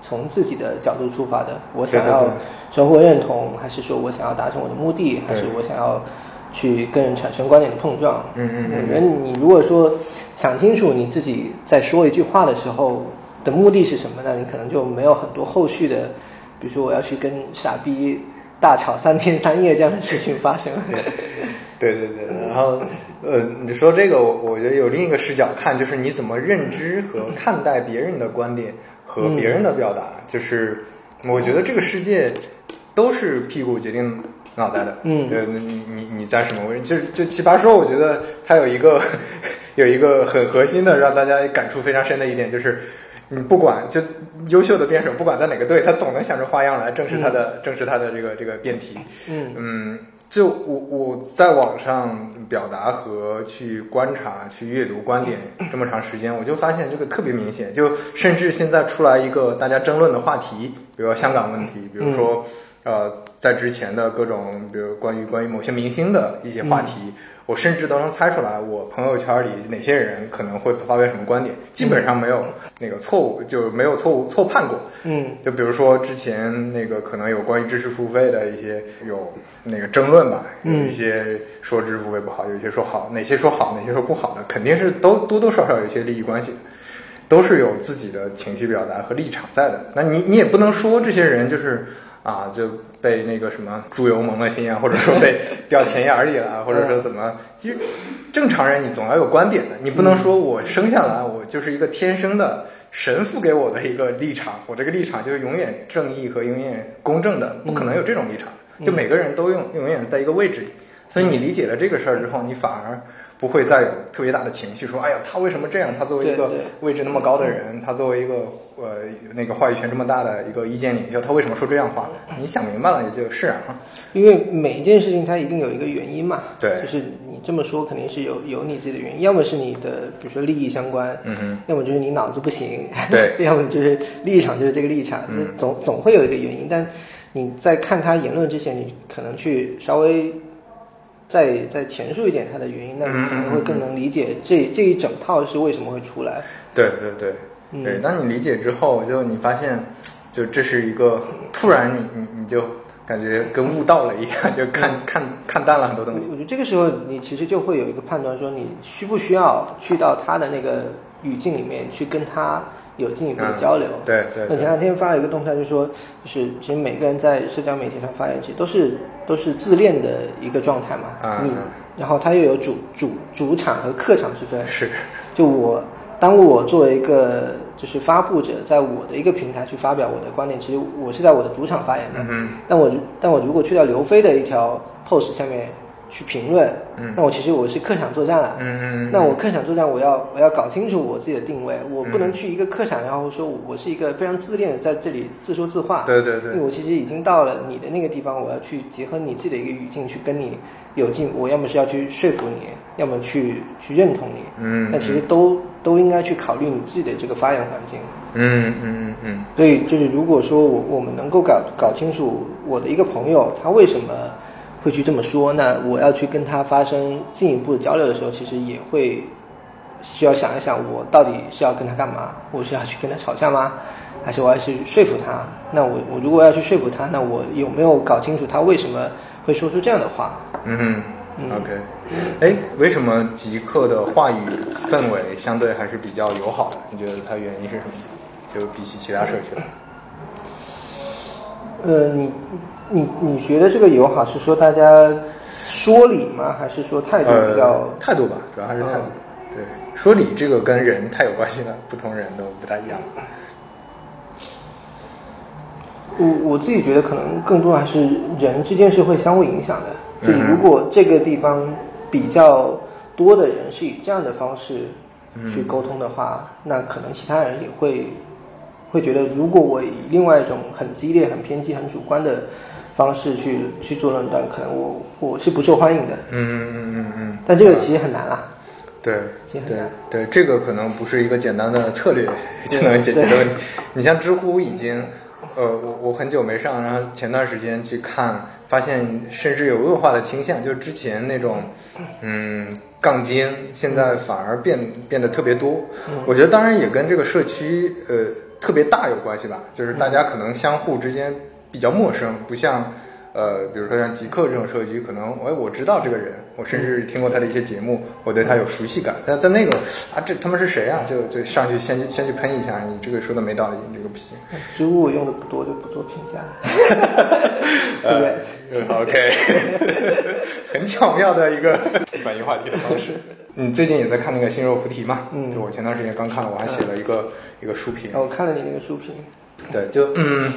从自己的角度出发的。我想要
对对对
收获认同，还是说我想要达成我的目的，还是我想要去跟人产生观点的碰撞？
嗯嗯嗯
我觉得你如果说想清楚你自己在说一句话的时候的目的是什么，那你可能就没有很多后续的，比如说我要去跟傻逼大吵三天三夜这样的事情发生。
[LAUGHS] 对对对，然后呃，你说这个，我我觉得有另一个视角看，就是你怎么认知和看待别人的观点和
嗯
别人的表达，就是我觉得这个世界都是屁股决定脑袋的，
嗯
对，你你你你在什么位置？就是就奇葩说，我觉得它有一个 [LAUGHS] 有一个很核心的让大家感触非常深的一点就是。你不管就优秀的辩手，不管在哪个队，他总能想出花样来证实他的、证实他的这个这个辩题。
嗯
嗯，就我我在网上表达和去观察、去阅读观点这么长时间，我就发现这个特别明显。就甚至现在出来一个大家争论的话题，比如说香港问题，比如说、呃，在之前的各种，比如关于关于某些明星的一些话题，我甚至都能猜出来，我朋友圈里哪些人可能会发表什么观点，基本上没有那个错误，就没有错误错判过。
嗯，
就比如说之前那个可能有关于知识付费的一些有那个争论吧，有一些说知识付费不好，有一些说好，哪些说好，哪些说不好的，肯定是都多多少少有一些利益关系，都是有自己的情绪表达和立场在的。那你你也不能说这些人就是啊就被那个什么猪油蒙了心啊，或者说被掉钱眼儿里
[LAUGHS]
了，或者说怎么？其实正常人你总要有观点的，你不能说我生下来我就是一个天生的神父给我的一个立场，我这个立场就是永远正义和永远公正的，不可能有
嗯
这种立场。就每个人都永永远在一个位置里，所以你理解了这个事儿之后，你反而。不会再有特别大的情绪，说哎呀，他为什么这样？他作为一个
对对
位置那么高的人，他作为一个呃那个话语权这么大的一个意见领袖，他为什么说这样话？你想明白了也就是啊。
因为每一件事情它一定有一个原因嘛，
对
就是你这么说肯定是有有你自己的原因，要么是你的比如说利益相关，
嗯哼，
要么就是你脑子不行，
对
[LAUGHS] 要么就是立场就是这个立场，
嗯
就总总会有一个原因，但你在看他言论之前，你可能去稍微再再前述一点他的原因，那
嗯
你可能会更能理解这这一整套是为什么会出来，
对对对，对。当你理解之后，就你发现，就这是一个突然你，你你就感觉跟悟道了一样，就看看看淡了很多东
我
西。
我觉得这个时候你其实就会有一个判断，说你需不需要去到他的那个语境里面去跟他有进一步的交流。
嗯对对
我
对
前两天发了一个动态，就说就是其实每个人在社交媒体上发言，其实都是都是自恋的一个状态嘛。
嗯
你
嗯
然后他又有主主主场和客场之分。
是，
就我当我作为一个就是发布者，在我的一个平台去发表我的观点，其实我是在我的主场发言的。
嗯
但我但我如果去到刘飞的一条 post 下面去评论，那我其实我是客场作战了。
嗯嗯嗯嗯
那我客场作战，我要我要搞清楚我自己的定位，我不能去一个客场，然后说我我是一个非常自恋的在这里自说自话。
对对对
因为我其实已经到了你的那个地方，我要去结合你自己的一个语境去跟你有进，我要么是要去说服你，要么去去认同你。
嗯
那其实都都应该去考虑你自己的这个发言环境。
嗯嗯嗯
所以就是，如果说我我们能够搞搞清楚我的一个朋友他为什么会去这么说，那我要去跟他发生进一步的交流的时候，其实也会需要想一想，我到底是要跟他干嘛？我是要去跟他吵架吗？还是我要去说服他？那我我如果要去说服他，那我有没有搞清楚他为什么会说出这样的话？
嗯嗯，OK。哎，为什么极客的话语氛围相对还是比较友好的？你觉得它原因是什么？就比起其他社区来，
呃，你你你觉得这个友好是说大家说理吗？还是说态度比较？嗯
呃，态度吧，主要还是态度。对，说理这个跟人太有关系了，不同人都不太一样。
我我自己觉得可能更多还是人之间是会相互影响的。就
嗯
如果这个地方比较多的人是以这样的方式
嗯
去沟通的话，那可能其他人也会会觉得，如果我以另外一种很激烈、很偏激、很主观的方式去去做论断，可能我我是不受欢迎的。
嗯嗯嗯嗯。
但这个其实很难啦。
对
其实很嗯
对
难
对，这个可能不是一个简单的策略就能解决的问题。你像知乎已经，呃，我我很久没上，然后前段时间去看，发现甚至有恶化的倾向，就之前那种，嗯，杠精，现在反而变变得特别多。
嗯
我觉得当然也跟这个社区呃特别大有关系吧，就是
嗯
大家可能相互之间比较陌生，不像。呃，比如说像极客这种社区，可能哎，我知道这个人，我甚至听过他的一些节目，我对他有熟悉感。但但那个啊，这他妈是谁啊？就就上去先去先去喷一下，你这个说的没道理，你这个不行。
植物我用的不多，就不做评价， [LAUGHS] 对不对？
嗯，OK，很 [LAUGHS] 巧妙的一个转移话题的方 [LAUGHS] 式。你最近也在看那个《新肉菩提》嘛？
嗯
就我前段时间刚看了，我还写了一个、一个书评。
我看了你那个书评，
对，就嗯，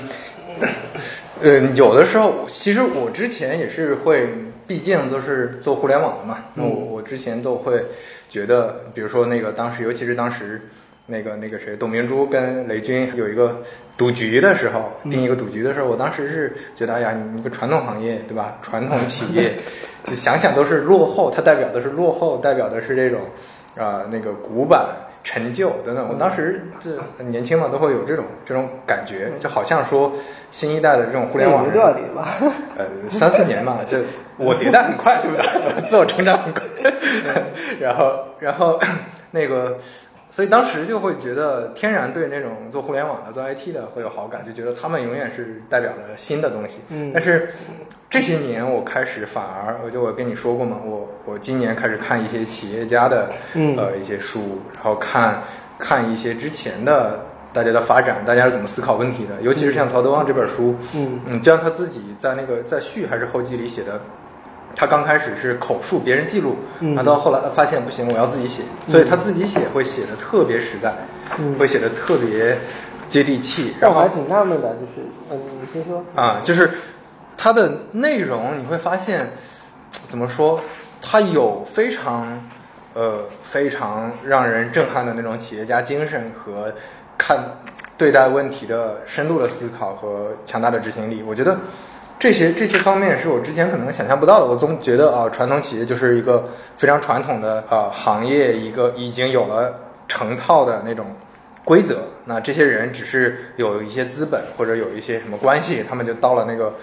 呃，有的时候，其实我之前也是会，毕竟都是做互联网的嘛，那我我之前都会觉得，比如说那个当时，尤其是当时那个那个谁，董明珠跟雷军有一个赌局的时候，定一个赌局的时候，我当时是觉得，哎呀，你一个传统行业对吧，传统企业，就想想都是落后，它代表的是落后，代表的是这种啊、那个古板。陈旧等等，我当时这年轻嘛，都会有这种这种感觉，就好像说新一代的这种互
互
联网人
多少年吧？
呃，三四年嘛，就我迭代很快，对
[LAUGHS]
不对？自我成长很快，然后，然后那个，所以当时就会觉得天然对那种做互联网的、做 IT 的会有好感，就觉得他们永远是代表了新的东西。
嗯
但是这些年我开始反而，我就我跟你说过嘛，我我今年开始看一些企业家的
嗯
呃一些书，然后看看一些之前的大家的发展，大家是怎么思考问题的，尤其是像曹德旺这本书，
嗯
嗯，就像他自己在那个在序还是后记里写的，他刚开始是口述别人记录，
嗯
然后到后来发现不行，我要自己写，所以他自己写会写的特别实在，
嗯
会写的特别接地气，
但
然
我
后
还挺纳闷的，就是，嗯，你先说。
啊，就是它的内容你会发现，怎么说，它有非常呃非常让人震撼的那种企业家精神和看对待问题的深度的思考和强大的执行力。我觉得这些这些方面是我之前可能想象不到的。我总觉得啊、传统企业就是一个非常传统的呃行业，一个已经有了成套的那种规则。那这些人只是有一些资本或者有一些什么关系，他们就到了那个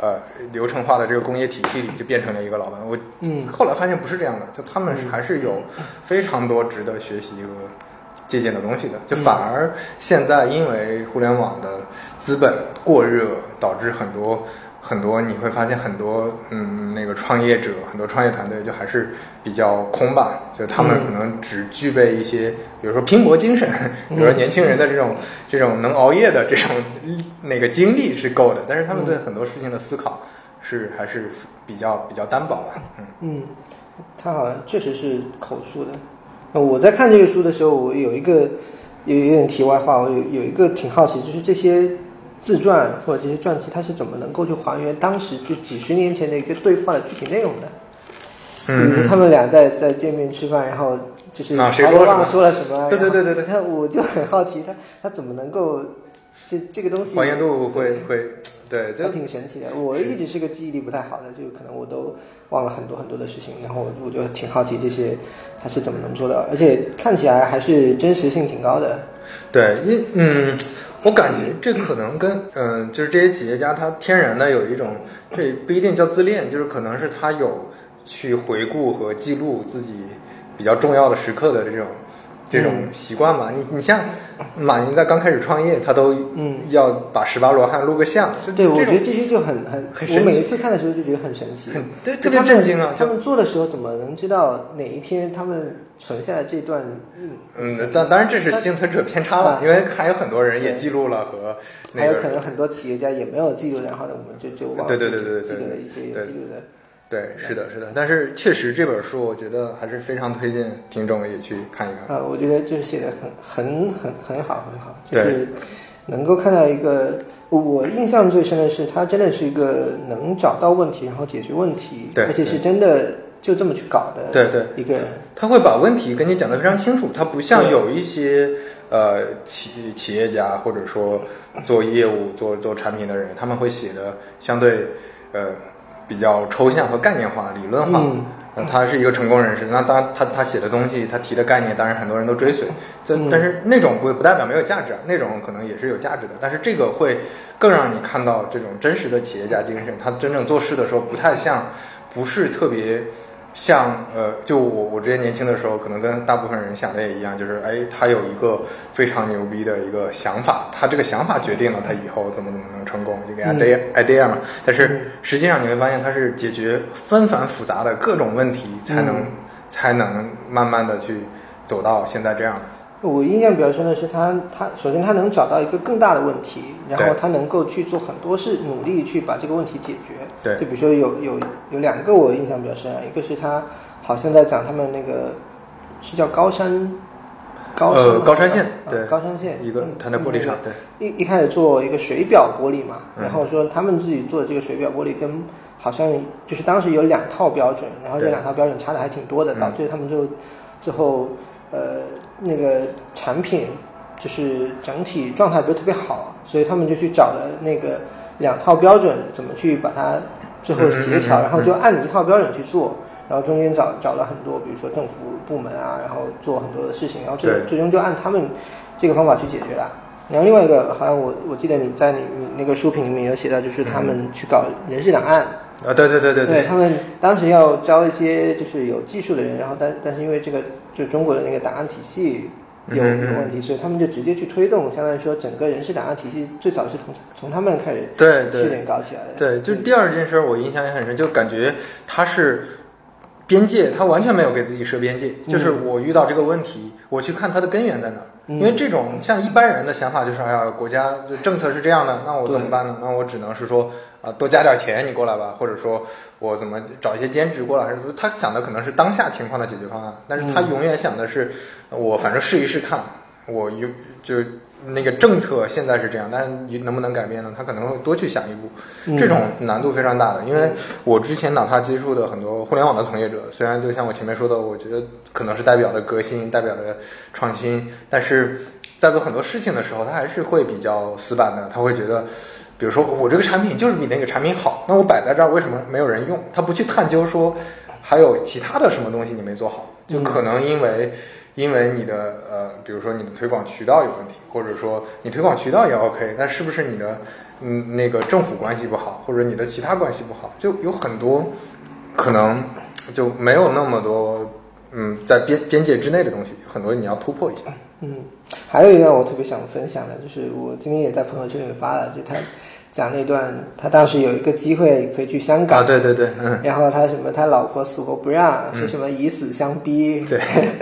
呃流程化的这个工业体系里，就变成了一个老板。我
嗯
后来发现不是这样的，就他们是还是有非常多值得学习和借鉴的东西的。就反而现在因为互联网的资本过热，导致很多很多你会发现很多嗯那个创业者，很多创业团队就还是比较空吧，就他们可能只具备一些，比如说拼搏精神， [LAUGHS] 比如说年轻人的这种这种能熬夜的这种那个精力是够的，但是他们对很多事情的思考。是还是比较比较单薄吧，嗯。
嗯，他好像确实是口述的。那我在看这个书的时候，我有一个有有点题外话，我有有一个挺好奇，就是这些自传或者这些传记，它是怎么能够去还原当时就几十年前的一个对话的具体内容的？
嗯
比如他们俩在在见面吃饭，然后就是
啊谁
华
说
罗
了什
旺
么
说了什么？
对对对对对
然后然后我就很好奇他，他怎么能够这这个东西
还原度会会，对，就
还挺神奇的。我一直是个记忆力不太好的，就可能我都忘了很多很多的事情，然后我我就挺好奇这些他是怎么能做到，而且看起来还是真实性挺高的。
对，因嗯，我感觉这可能跟嗯、就是这些企业家他天然的有一种，这不一定叫自恋，就是可能是他有去回顾和记录自己比较重要的时刻的这种这种
嗯
习惯吧。你你像马云在刚开始创业，他都
嗯
要把十八罗汉录个像，就
对，我
这
觉
种
得这些就很很，
很
我
神
每一
奇
次看的时候就觉得很神奇，
对
就
特别
他们
震惊啊
他
就
们做的时候怎么能知道哪一天他们存下来这段？嗯
嗯，当当然这是幸存者偏差了
啊，
因为还有很多人也记录了和
还
那
有
个
可能很多企业家也没有记录，然后呢，我们就就忘了
对对对对对
记
对
得了一些有
对
记录的。
对，是的，是的，但是确实这本书，我觉得还是非常推荐听众也去看一看。
啊，我觉得就是写的很很很很好，很好，就
对
是能够看到一个。我我印象最深的是，他真的是一个能找到问题，然后解决问题，
对
而且是
对
真的就这么去搞的，
对对
一个人，
他会把问题跟你讲得非常清楚，他不像
对
有一些呃企企业家或者说做业务、做做产品的人，他们会写的相对呃比较抽象和概念化、理论化。
嗯
那他是一个成功人士，那当然他他写的东西，他提的概念，当然很多人都追随，但、
嗯
但是那种不不代表没有价值，啊，那种可能也是有价值的，但是这个会更让你看到这种真实的企业家精神，他真正做事的时候不太像，不是特别像呃，就我我之前年轻的时候，可能跟大部分人想的也一样，就是哎，他有一个非常牛逼的一个想法，他这个想法决定了他以后怎么怎么能成功，就给
嗯
idea、idea 嘛，但是实际上你会发现，它是解决纷繁复杂的各种问题，
嗯
才能、才能慢慢的去走到现在这样。
我印象比较深的是他，他首先他能找到一个更大的问题，然后
对
他能够去做很多事，努力去把这个问题解决。
对
就比如说有有有两个我印象比较深啊，一个是他好像在讲他们那个是叫高山，高山吗、
呃，高山县
啊
对，
高山县
一个
嗯
它的玻璃厂，对，
一一开始做一个水表玻璃嘛，
嗯
然后说他们自己做的这个水表玻璃跟好像就是当时有两套标准，然后这
对
两套标准差的还挺多的，
嗯
导致他们就最后呃那个产品就是整体状态不是特别好，所以他们就去找了那个两套标准怎么去把它最后协调，
嗯嗯嗯
然后就按一套标准去做。然后中间找找了很多，比如说政府部门啊，然后做很多的事情，然后最
对
最终就按他们这个方法去解决了。然后另外一个，好像我我记得你在你你那个书评里面有写到，就是他
嗯
们去搞人事档案，
啊，对对对对
他们当时要招一些就是有技术的人，然后但但是因为这个就中国的那个档案体系有有
嗯嗯嗯
问题，所以他们就直接去推动，相当于说整个人事档案体系最早是从从他们开始
对对
试点搞起来的，嗯
对，就第二件事，我印象也很深，就感觉他是边界，他完全没有给自己设边界，就是我遇到这个问题，我去看它的根源在哪儿。因为这种像一般人的想法就是，哎呀，国家就政策是这样的，那我怎么办呢？那我只能是说，啊、多加点钱你过来吧，或者说我怎么找一些兼职过来。他想的可能是当下情况的解决方案，但是他永远想的是，我反正试一试看，我有就那个政策现在是这样，但是能不能改变呢？他可能会多去想一步，这种难度非常大的。因为我之前哪怕接触的很多互联网的从业者，虽然就像我前面说的，我觉得可能是代表的革新、代表的创新，但是在做很多事情的时候，他还是会比较死板的，他会觉得。比如说，我这个产品就是比那个产品好，那我摆在这儿为什么没有人用？他不去探究说还有其他的什么东西你没做好，就可能因为、因为你的呃，比如说你的推广渠道有问题，或者说你推广渠道也 OK，但是不是你的嗯那个政府关系不好，或者你的其他关系不好，就有很多可能就没有那么多嗯在边边界之内的东西，很多你要突破一下。
嗯，还有一段我特别想分享的，就是我今天也在朋友圈里面发了，就他讲那段，他当时有一个机会可以去香港，
啊，对对对，嗯。 [LAUGHS]
然后他什么，他老婆死活不让，说什么以死相逼。
对。
[LAUGHS]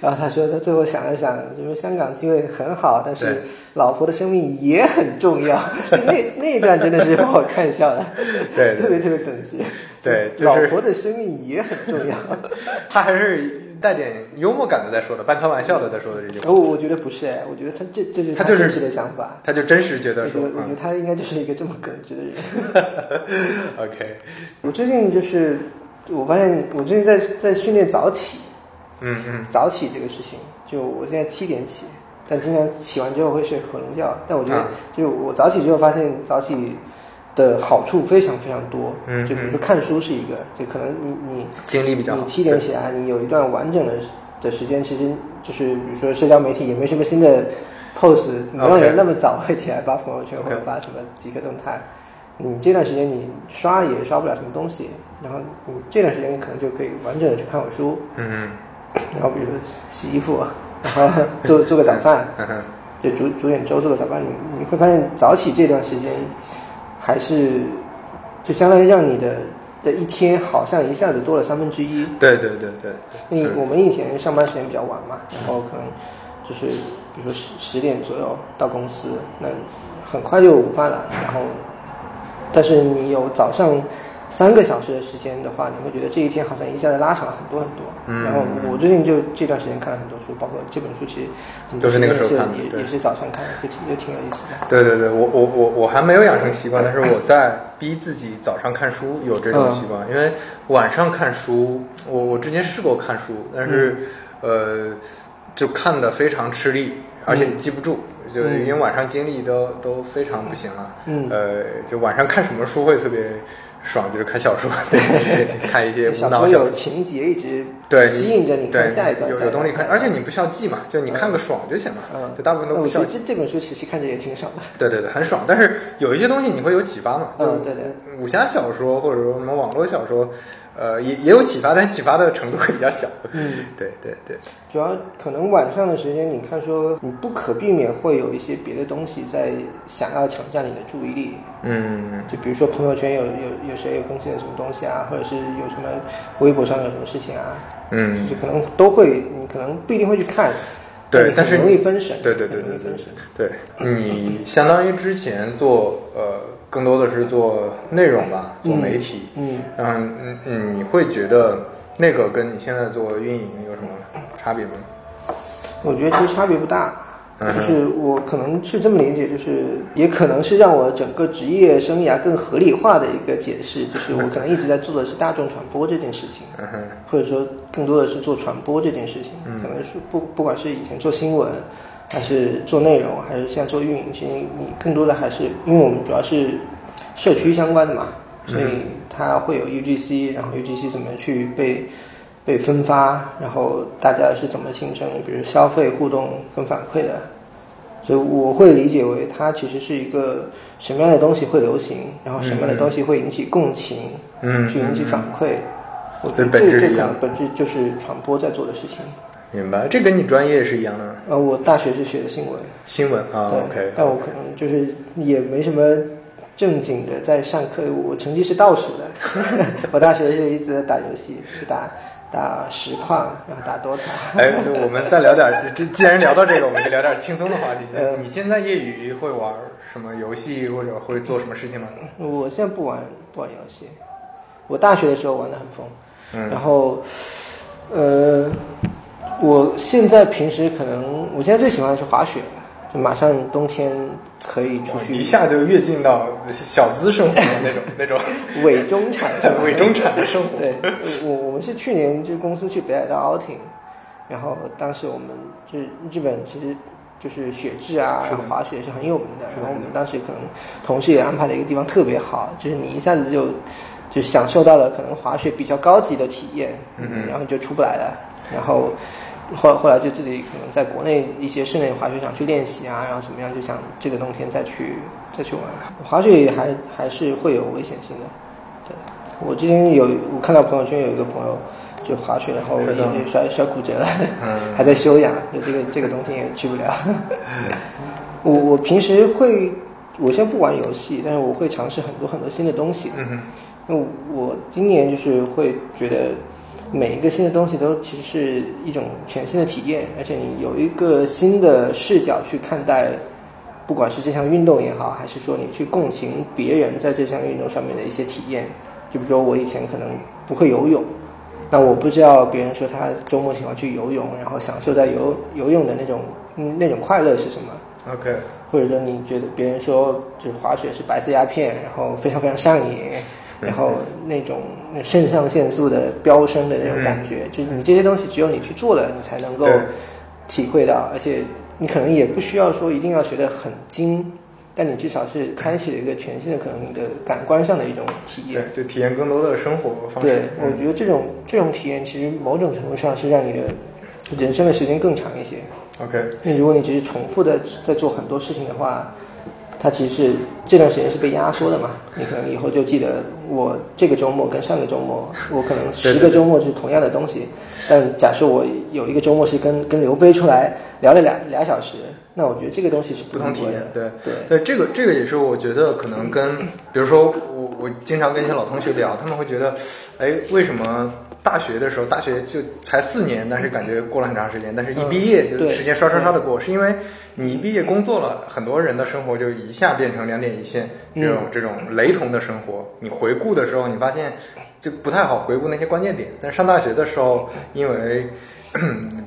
然后他说，他最后想了想，就是香港机会很好，但
对
是老婆的生命也很重
[LAUGHS]
要。那那一段真的是把我看笑了，
对对
特别特别耿直。
对就是
老婆的生命也很重
[LAUGHS]
要。
他还是带点幽默感的在说的，半开玩笑的在说的这句
然后
话，
哦我觉得不是，哎，我觉得他这这是
他就是
真实的想法。
他就真实觉
我
得
觉
说，
得，我觉得
嗯
他应该就是一个这么耿直的人。
[LAUGHS]
[LAUGHS]
，OK，
我最近就是，我发现我最近在在训练早起，
嗯嗯，
早起这个事情，就我现在七点起，但经常起完之后会睡回笼觉。但我觉得
啊，
就是我早起之后发现早起的好处非常非常多。
嗯
就比如
嗯
说看书是一个，就可能你你
精力比较好
你，七点起来，你有一段完整的的时间，其实就是比如说社交媒体也没什么新的 post，没有
OK
人那么早会起来发朋友圈
OK
或者发什么即刻动态。你这段时间你刷也刷不了什么东西，然后你这段时间你可能就可以完整的去看会书，
嗯
然后比如说洗衣服，啊然后做做个早饭，
嗯嗯
就煮煮点粥做个早饭，你你会发现早起这段时间还是就相当于让你的的一天好像一下子多了三分之一。
哼，嗯对对对对，
因为
嗯
我们以前上班时间比较晚嘛，然后可能就是比如说十十点左右到公司，那很快就午饭了。然后，但是你有早上三个小时的时间的话，你会觉得这一天好像一下子拉长了很多很多。
嗯
然后我最近就这段时间看了很多书，包括这本书其实很多
都是那个时候
也
看的
也
对
也是早上看的，就挺就挺有意思的。
对对对，我我我我还没有养成习惯，但是我在逼自己早上看书有这
嗯
种习惯，因为晚上看书，我我之前试过看书，但是、
嗯
呃，就看的非常吃力，而且
嗯
记不住，就因为晚上精力都都非常不行了。
嗯
呃，就晚上看什么书会特别爽，就是看小说，对，看一些无
小
脑
说
小
有
说。
情节一直
对，
吸引着你看
对，
下一段，
有
下一
有动力
段
看，而且你不需要记嘛，就你看个爽就行了，
嗯，
就大部分都
那
不
我
需
觉
要
得
记
这这本书其实看着也挺爽的。
对对对，很爽。但是有一些东西你会有启发嘛？就
嗯对对
武侠小说或者说什么网络小说，呃，也也有启发，但启发的程度会比较小。嗯，对对对，
主要可能晚上的时间，你看说你不可避免会有一些别的东西在想要抢占你的注意力，
嗯
就比如说朋友圈有有有谁有更新了什么东西啊，或者是有什么微博上有什么事情啊，
嗯
就，可能都会，你可能不一定会去看，
对，
你
但
很
是
容
你
易分神，
对对对
很容
对
易
对
分神。
对，你相当于之前做呃，更多的是做内容吧，做媒体，
嗯
嗯，嗯嗯，你会觉得那个跟你现在做运营有什么差别吗？
我觉得其实差别不大，
嗯哼
就是我可能是这么理解，就是也可能是让我整个职业生涯更合理化的一个解释，就是我可能一直在做的是大众传播这件事情，
嗯哼，
或者说更多的是做传播这件事情，
嗯
可能是不不管是以前做新闻，还是做内容，还是现在做运营，其实你更多的还是因为我们主要是社区相关的嘛，
嗯
所以它会有 UGC，然后 UGC 怎么去被被分发，然后大家是怎么形成，比如消费互动跟反馈的，所以我会理解为它其实是一个什么样的东西会流行，然后什么样的东西会引起共情，
嗯
去引起反馈。我觉
跟
得
本质
这
一
这
样
个本质就是传播在做的事情。
明白，这跟你专业是一样的，
呃，我大学是学的新闻，
新闻啊
对
，OK，
但我可能就是也没什么正经的在上课，我成绩是倒数的。 [LAUGHS] 我大学是一直在打游戏，就打打实况，然后打 DOTA。
哎，就我们再聊点儿，这既然聊到这个，我们就聊点儿轻松的话题。
嗯
你现在业余会玩什么游戏，或者会做什么事情吗？
我现在不玩不玩游戏，
嗯
我大学的时候玩的很疯，然后呃，我现在平时可能，我现在最喜欢的是滑雪，就马上冬天可以出去
一下就跃进到小资生活的那种那种，
[LAUGHS] 伪中产
伪中产的生活。
对，我我们是去年就公司去北海道 outing，然后当时我们就是日本其实就是雪质啊，然后滑雪是很有名的。然后我们当时可能同事也安排了一个地方特别好，就是你一下子就就享受到了可能滑雪比较高级的体验，嗯，然后就出不来了。然后后后来就自己可能在国内一些室内滑雪场去练习啊，然后怎么样，就想这个冬天再去再去玩。滑雪还还是会有危险性的。对，我之前有我看到朋友圈有一个朋友就滑雪，然后
是的
也摔摔骨折了，
嗯
还在休养，就这个这个冬天也去不了。 [LAUGHS] 我我平时会，我现在不玩游戏，但是我会尝试很多很多新的东西。
嗯哼，
因为我今年就是会觉得每一个新的东西都其实是一种全新的体验，而且你有一个新的视角去看待，不管是这项运动也好，还是说你去共情别人在这项运动上面的一些体验。就比如说我以前可能不会游泳，那我不知道别人说他周末喜欢去游泳，然后享受在游游泳的那种嗯那种快乐是什么？
OK，
或者说你觉得别人说就是滑雪是白色鸦片，然后非常非常上
[LAUGHS]
瘾，然后那种那肾上腺素的飙升的那种感觉，就是你这些东西只有你去做了，你才能够
嗯对
体会到，而且你可能也不需要说一定要学得很精，但你至少是开启了一个全新的可能你的感官上的一种体验
对。，嗯就体验更多的生活方
对嗯
式，。
我觉得这种这种体验其实某种程度上是让你的人生的时间更长一些。
OK，
因为如果你只是重复的在做很多事情的话，它其实是这段时间是被压缩的嘛。你可能以后就记得我这个周末跟上个周末，我可能十个周末是同样的东西。但假设我有一个周末是跟跟刘飞出来聊了俩俩小时，那我觉得这个东西是
不同体验，
的。
对
对
对，这个这个也是我觉得可能跟，比如说我我经常跟一些老同学聊，他们会觉得，哎，为什么大学的时候，大学就才四年，但是感觉过了很长时间，但是一
嗯
毕业就
对
时间刷刷刷的过，是因为你一毕业工作了，很多人的生活就一下变成两点一线这种这种雷同的生活，你回顾的时候，你发现就不太好回顾那些关键点，但上大学的时候，因为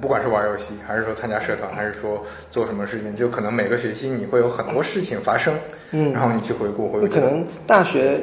不管是玩游戏，还是说参加社团，还是说做什么事情，就可能每个学期你会有很多事情发生，
嗯
然后你去回顾，回
那
顾
可能大学，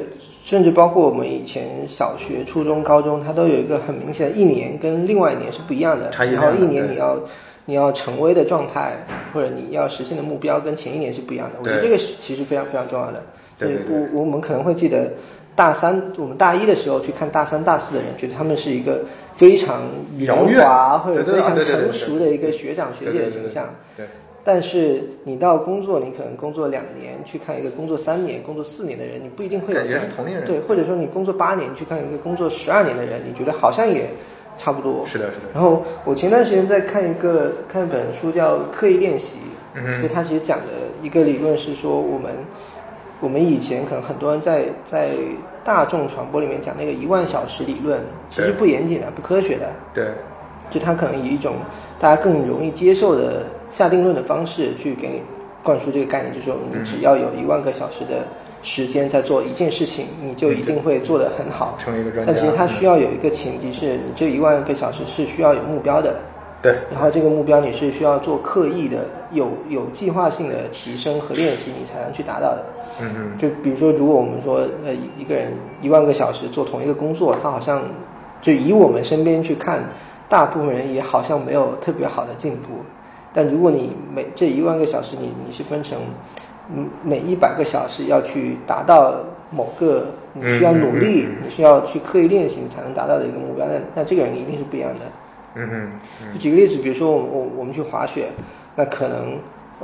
甚至包括我们以前小学、初中、高中，它都有一个很明显的一年跟另外一年是不一样的。
差异
然后
量
一年
对
你要你要成为的状态，或者你要实现的目标跟前一年是不一样的。我觉得
对
这个是其实非常非常重要的。
对对对
我我们可能会记得大三，我们大一的时候去看大三、大四的人，觉得他们是一个非常圆
遥远
滑或者
对对啊
非常
对对对
成
对对
熟的一个学长学
对
姐
对
的
对
形
对
象。
对，
但是你到工作，你可能工作两年，去看一个工作三年、工作四年的人，你不一定会有
感觉
这样
是同龄人
对，或者说你工作八年，去看一个工作十二年的人，你觉得好像也差不多。
是的，是的，
然后我前段时间在看一个看一本书叫《刻意练习》，
嗯哼
就它其实讲的一个理论是说，我们我们以前可能很多人在在大众传播里面讲那个一万小时理论，其实
对
不严谨的、不科学的。
对，
就他可能以一种大家更容易接受的下定论的方式去给你灌输这个概念，就是说你只要有一万个小时的时间在做一件事情，你就一定会做得很好。
成为一个专家
但其实它需要有一个前提是，你这一万个小时是需要有目标的，
对，
然后这个目标你是需要做刻意的、有有计划性的提升和练习，你才能去达到的。
嗯嗯，
就比如说，如果我们说呃一一个人一万个小时做同一个工作，他好像就以我们身边去看，大部分人也好像没有特别好的进步。但如果你每这一万个小时你，你是分成嗯每一百个小时要去达到某个你需要努力，你需要去刻意练习你才能达到的一个目标，那那这个人一定是不一样的。
嗯嗯，
就举个例子，比如说我们我我们去滑雪，那可能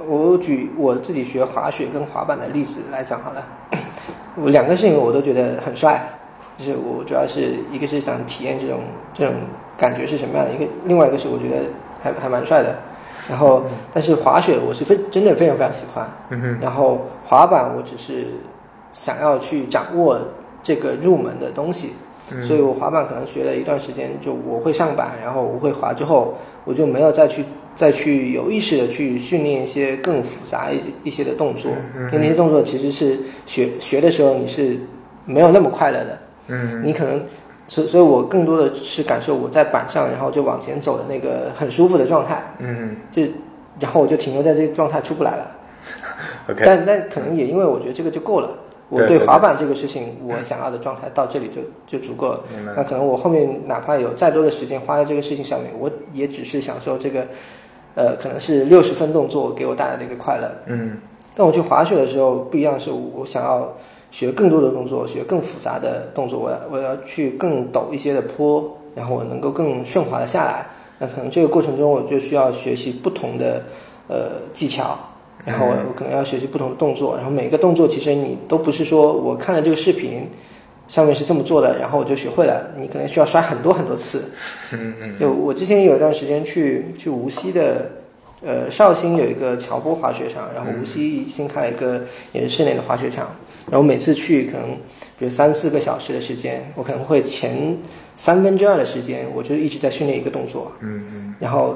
我举我自己学滑雪跟滑板的例子来讲好了。 [COUGHS] 我两个事情我都觉得很帅，就是我主要是一个是想体验这种这种感觉是什么样的，一个另外一个是我觉得还还蛮帅的。然后，但是滑雪我是非真的非常非常喜欢，
嗯哼
然后滑板我只是想要去掌握这个入门的东西，所以我滑板可能学了一段时间，就我会上板，然后我会滑之后，我就没有再去再去有意识的去训练一些更复杂一些一些的动作，因为那些动作其实是学学的时候你是没有那么快乐的，
嗯
你可能所所以，我更多的是感受我在板上，然后就往前走的那个很舒服的状态，
嗯
就然后我就停留在这个状态出不来了。
，OK，
但但可能也因为我觉得这个就够了，我
对对对
滑板这个事情我想要的状态到这里就就足够了
明白。
那可能我后面哪怕有再多的时间花在这个事情上面，我也只是享受这个，呃，可能是六十分动作给我带来的一个快乐。
嗯
但我去滑雪的时候不一样，是我想要学更多的动作，学更复杂的动作，我要我要去更陡一些的坡，然后我能够更顺滑的下来。那可能这个过程中我就需要学习不同的呃技巧，然后我我可能要学习不同的动作，然后每个动作其实你都不是说我看了这个视频。上面是这么做的，然后我就学会了。你可能需要刷很多很多次，
嗯嗯，
就我之前有一段时间去去无锡的，呃，绍兴有一个乔波滑雪场，然后无锡新开了一个也是室内的滑雪场，然后每次去可能比如三四个小时的时间，我可能会前三分之二的时间我就一直在训练一个动作，
嗯嗯，
然后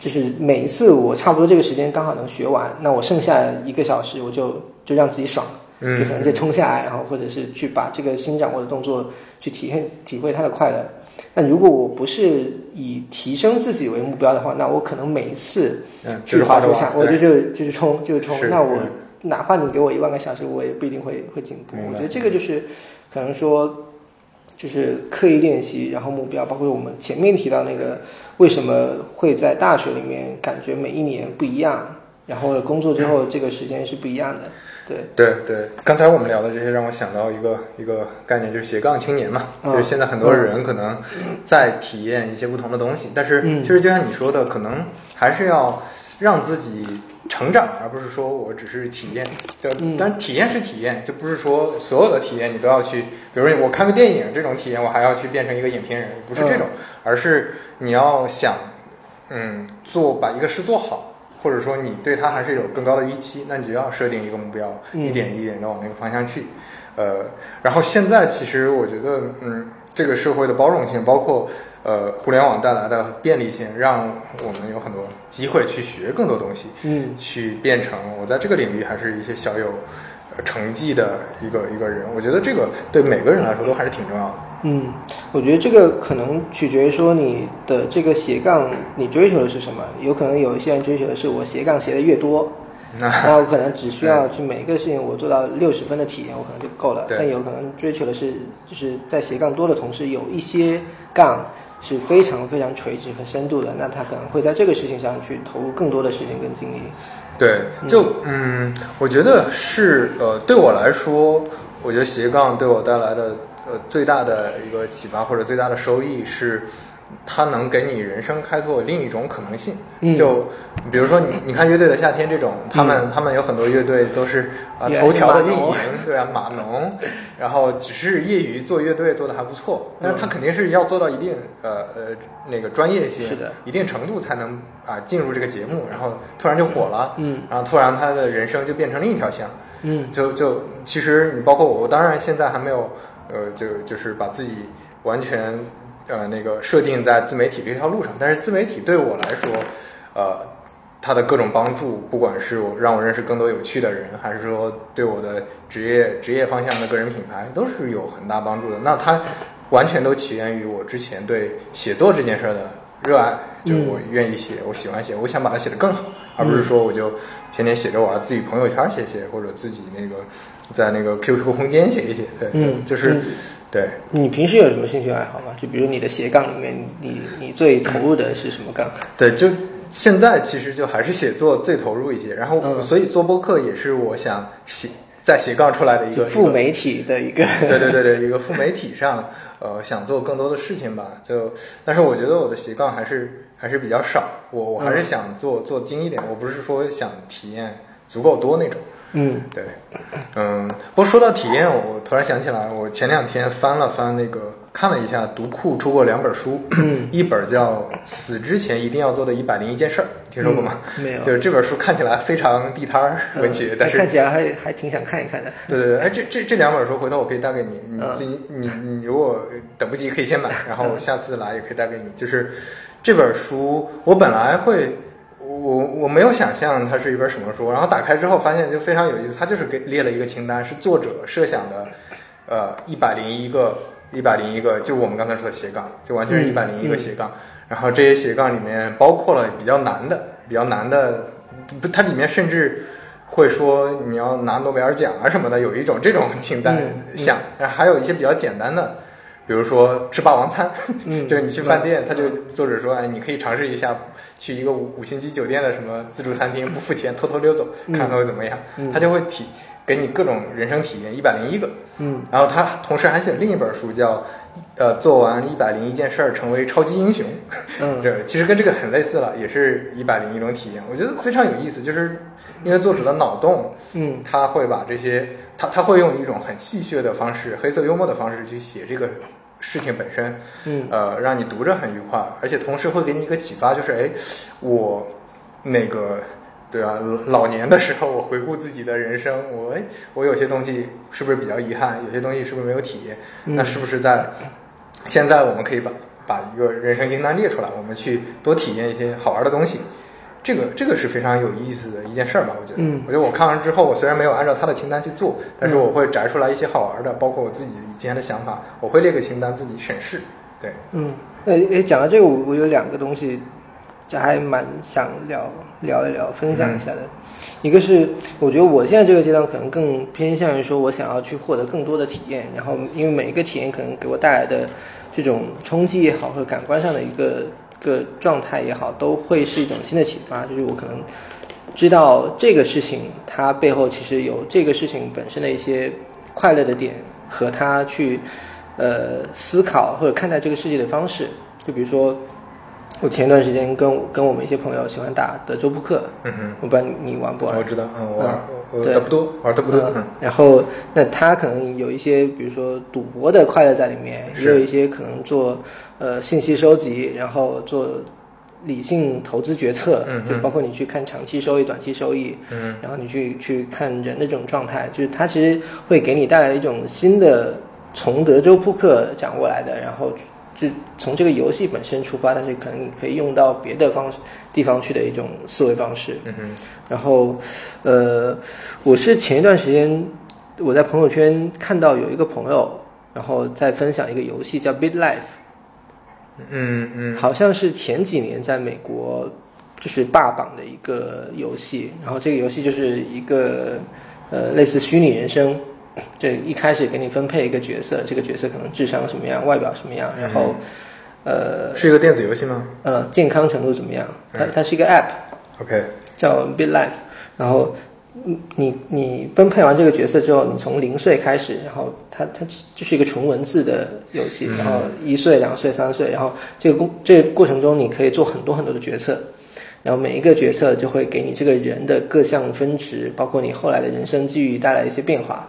就是每一次我差不多这个时间刚好能学完，那我剩下一个小时我就就让自己爽，
嗯
就可能就冲下来，然后或者是去把这个新掌握的动作去体验体会它的快乐。但如果我不是以提升自己为目标的话，那我可能每一次
嗯
去
就是
滑
滑
雪
着
场，
玩
我就
对
就就是冲就是冲
是，
那我
嗯
哪怕你给我一万个小时，我也不一定会会进步
明。白
我觉得这个就是可能说就是刻意练习，然后目标，包括我们前面提到那个为什么会在大学里面感觉每一年不一样，然后工作之
嗯
后这个时间是不一样的，对。
对对，刚才我们聊的这些让我想到一个一个概念，就是斜杠青年嘛，
嗯
就是现在很多人可能在体验一些不同的东西，但是
嗯
其实就像你说的，可能还是要让自己成长，而不是说我只是体验。对，
嗯
但体验是体验，就不是说所有的体验你都要去，比如我看个电影这种体验，我还要去变成一个影评人，不是这
嗯
种，而是你要想嗯，做把一个事做好，或者说你对它还是有更高的预期，那你就要设定一个目标，一点一点的往那个方向去。呃，然后现在其实我觉得，嗯，这个社会的包容性，包括呃互联网带来的便利性，让我们有很多机会去学更多东西，
嗯，
去变成我在这个领域还是一些小有呃成绩的一个一个人。我觉得这个对每个人来说都还是挺重要的。
嗯，我觉得这个可能取决于说你的这个斜杠，你追求的是什么？有可能有一些人追求的是我斜杠斜的越多，那我可能只需要去每一个事情我做到六十分的体验，我可能就够了。
对
但有可能追求的是，就是在斜杠多的同时，有一些杠是非常非常垂直和深度的，那他可能会在这个事情上去投入更多的时间跟精力。
对，就嗯，我觉得是呃，对我来说，我觉得斜杠对我带来的呃最大的一个启发或者最大的收益是，它能给你人生开拓另一种可能性。
嗯
就比如说你你看乐队的夏天这种，他们、他们有很多乐队都是啊、
也
头条的运
码农
[LAUGHS] 营，对啊码农，然后只是业余做乐队做的还不错，
嗯
但是他肯定是要做到一定呃呃那个专业性，
是的
一定程度才能啊进入这个节目，然后突然就火了，
嗯，
然后突然他的人生就变成另一条线，
嗯，
就就其实你包括我，我当然现在还没有呃，就就是把自己完全呃那个设定在自媒体这条路上，但是自媒体对我来说，呃，它的各种帮助，不管是我让我认识更多有趣的人，还是说对我的职业职业方向的个人品牌，都是有很大帮助的。那它完全都起源于我之前对写作这件事儿的热爱，就
嗯
我愿意写，我喜欢写，我想把它写得更好，而不是说我就天天写着我要自己朋友圈写写，或者自己那个在那个 QQ 空间写一写，对，
嗯
就是对。
你平时有什么兴趣爱好吗？就比如你的斜杠里面，你你最投入的是什么杠？
对，就现在其实就还是写作最投入一些，然后、
嗯
所以做播客也是我想斜再斜杠出来的一个
副。媒体的一个
一
[LAUGHS]
个对对对对，一个副媒体上，呃，想做更多的事情吧。就，但是我觉得我的斜杠还是还是比较少，我我
嗯
还是想做、做精一点，我不是说想体验足够多那种。
嗯
对，嗯，不过说到体验，我突然想起来，我前两天翻了翻那个，看了一下，读库出过两本书，
嗯
[CLEARS THROAT] 一本叫《死之前一定要做的一百零一件事儿》，听说过吗？
嗯没有
就是这本书看起来非常地摊儿文学，
嗯
但是
看起来还还挺想看一看的。
[LAUGHS] 对对对，哎，这这这两本书回头我可以带给你，你
嗯
自己、你你如果等不及可以先买，然后下次来也可以带给你。就是这本书，我本来会我我没有想象它是一本什么书，然后打开之后发现就非常有意思，它就是给列了一个清单，是作者设想的，呃，一百零一个。一百零一个，就我们刚才说的斜杠，就完全是一百零
嗯
一个斜杠。然后这些斜杠里面包括了比较难的，比较难的，不它里面甚至会说你要拿诺贝尔奖啊什么的，有一种这种清单
嗯
项。然后还有一些比较简单的，比如说吃霸王餐，
嗯
[LAUGHS] 就是你去饭店，他就作者说，哎，你可以尝试一下去一个五五星级酒店的什么自助餐厅，不付钱，偷偷溜走，
嗯
看看会怎么样。他就会体给你各种人生体验，一百零一个。
嗯
然后他同时还写了另一本书叫，呃，做完一百零一件事儿，成为超级英雄。
嗯
[LAUGHS] 这其实跟这个很类似了，也是一百零一种体验。我觉得非常有意思，就是因为作者的脑洞，
嗯
他会把这些，他他会用一种很戏谑的方式、黑色幽默的方式去写这个事情本身，
嗯
呃，让你读着很愉快，而且同时会给你一个启发，就是哎，我那个。对啊，老老年的时候，我回顾自己的人生，我哎我有些东西是不是比较遗憾，有些东西是不是没有体验？
嗯
那是不是在现在我们可以把把一个人生清单列出来，我们去多体验一些好玩的东西。这个这个是非常有意思的一件事儿吧？我觉得，
嗯
我觉得我看完之后，我虽然没有按照他的清单去做，但是我会摘出来一些好玩的，包括我自己以前的想法，我会列个清单自己审视。对，
嗯，那诶，讲到这个，我我有两个东西，这还蛮想聊聊一聊、分享一下的。一个是，我觉得我现在这个阶段可能更偏向于说，我想要去获得更多的体验，然后因为每一个体验可能给我带来的这种冲击也好，或者感官上的一个一个状态也好，都会是一种新的启发，就是我可能。知道这个事情，它背后其实有这个事情本身的一些快乐的点和他去呃思考或者看待这个世界的方式。就比如说，我前一段时间跟我跟我们一些朋友喜欢打德州扑克，
嗯哼，
我不知道你玩不玩？
我知道，嗯，我玩
嗯
我我
对
的不多，玩的不多，
呃
嗯，
然后，那他可能有一些，比如说赌博的快乐在里面，也
是
有一些可能做呃信息收集，然后做理性投资决策，
嗯嗯
就包括你去看长期收益、短期收益，
嗯，
然后你去去看人的这种状态，就是它其实会给你带来一种新的从德州扑克掌握来的，然后就从这个游戏本身出发，但是可能你可以用到别的方式地方去的一种思维方式，
嗯哼，
然后，呃，我是前一段时间我在朋友圈看到有一个朋友，然后在分享一个游戏叫 Bit Life，
嗯嗯，
好像是前几年在美国就是霸榜的一个游戏。然后这个游戏就是一个呃类似虚拟人生，这一开始给你分配一个角色，这个角色可能智商什么样，外表什么样，然后呃
是一个电子游戏吗
呃健康程度怎么样，它它是一个 App。
？OK，
叫 Be Life，然后嗯你你分配完这个角色之后，你从零岁开始，然后它它就是一个纯文字的游戏，然后一岁、两岁、三岁，然后这个过这个过程中你可以做很多很多的决策，然后每一个角色就会给你这个人的各项分值，包括你后来的人生际遇带来一些变化。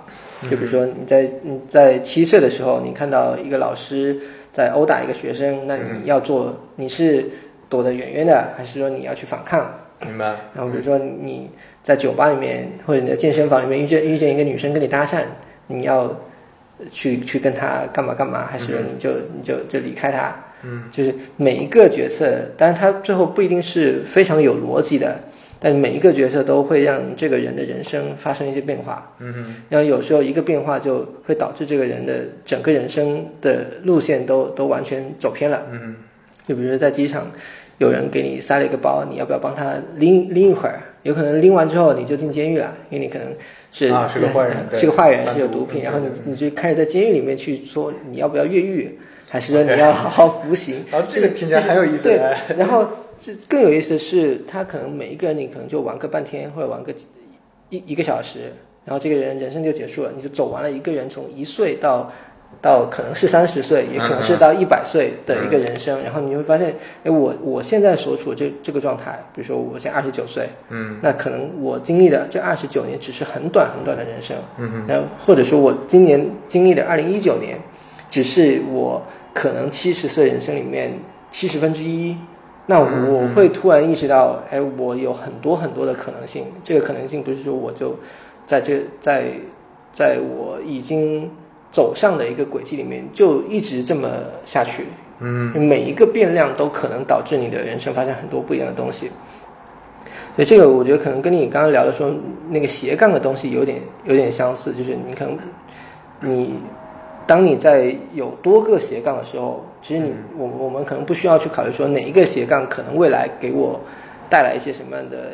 就比如说你在你在七岁的时候，你看到一个老师在殴打一个学生，那你要做你是躲得远远的，还是说你要去反抗？
明白，
然后比如说你在酒吧里面或者你的健身房里面遇见遇见一个女生跟你搭讪，你要去去跟她干嘛干嘛，还是说你就你就就离开她？嗯，就是每一个角色，当然他最后不一定是非常有逻辑的，但每一个角色都会让这个人的人生发生一些变化。
嗯哼。
然后有时候一个变化就会导致这个人的整个人生的路线都都完全走偏了。
嗯，
就比如说在机场，有人给你塞了一个包，你要不要帮他拎拎一会儿？有可能拎完之后你就进监狱了，因为你可能是呃
啊是个坏人对
是个坏人，
贩
是
毒
有毒品，
嗯
然后你
对对
你就开始在监狱里面去说你要不要越狱，还是说你要好好服
[LAUGHS]
刑？
然哦后这个听起来很有意思
对
哎，
然后这更有意思的是，他可能每一个人你可能就玩个半天或者玩个一一个小时，然后这个人人生就结束了，你就走完了一个人从一岁到到可能是三十岁，也可能是到一百岁的一个人生，然后你会发现，哎，我我现在所处这这个状态，比如说我现在二十九岁，
嗯，
那可能我经历的这二十九年只是很短很短的人生，嗯然后或者说我今年经历的二零一九年，只是我可能七十岁人生里面七十分之一。那我会突然意识到，哎，我有很多很多的可能性。这个可能性不是说我就在这在在我已经走上的一个轨迹里面就一直这么下去。
嗯，
每一个变量都可能导致你的人生发生很多不一样的东西。所以这个我觉得可能跟你刚刚聊的说那个斜杠的东西有点有点相似，就是你可能你当你在有多个斜杠的时候，其实你
嗯
我我们可能不需要去考虑说哪一个斜杠可能未来给我带来一些什么样的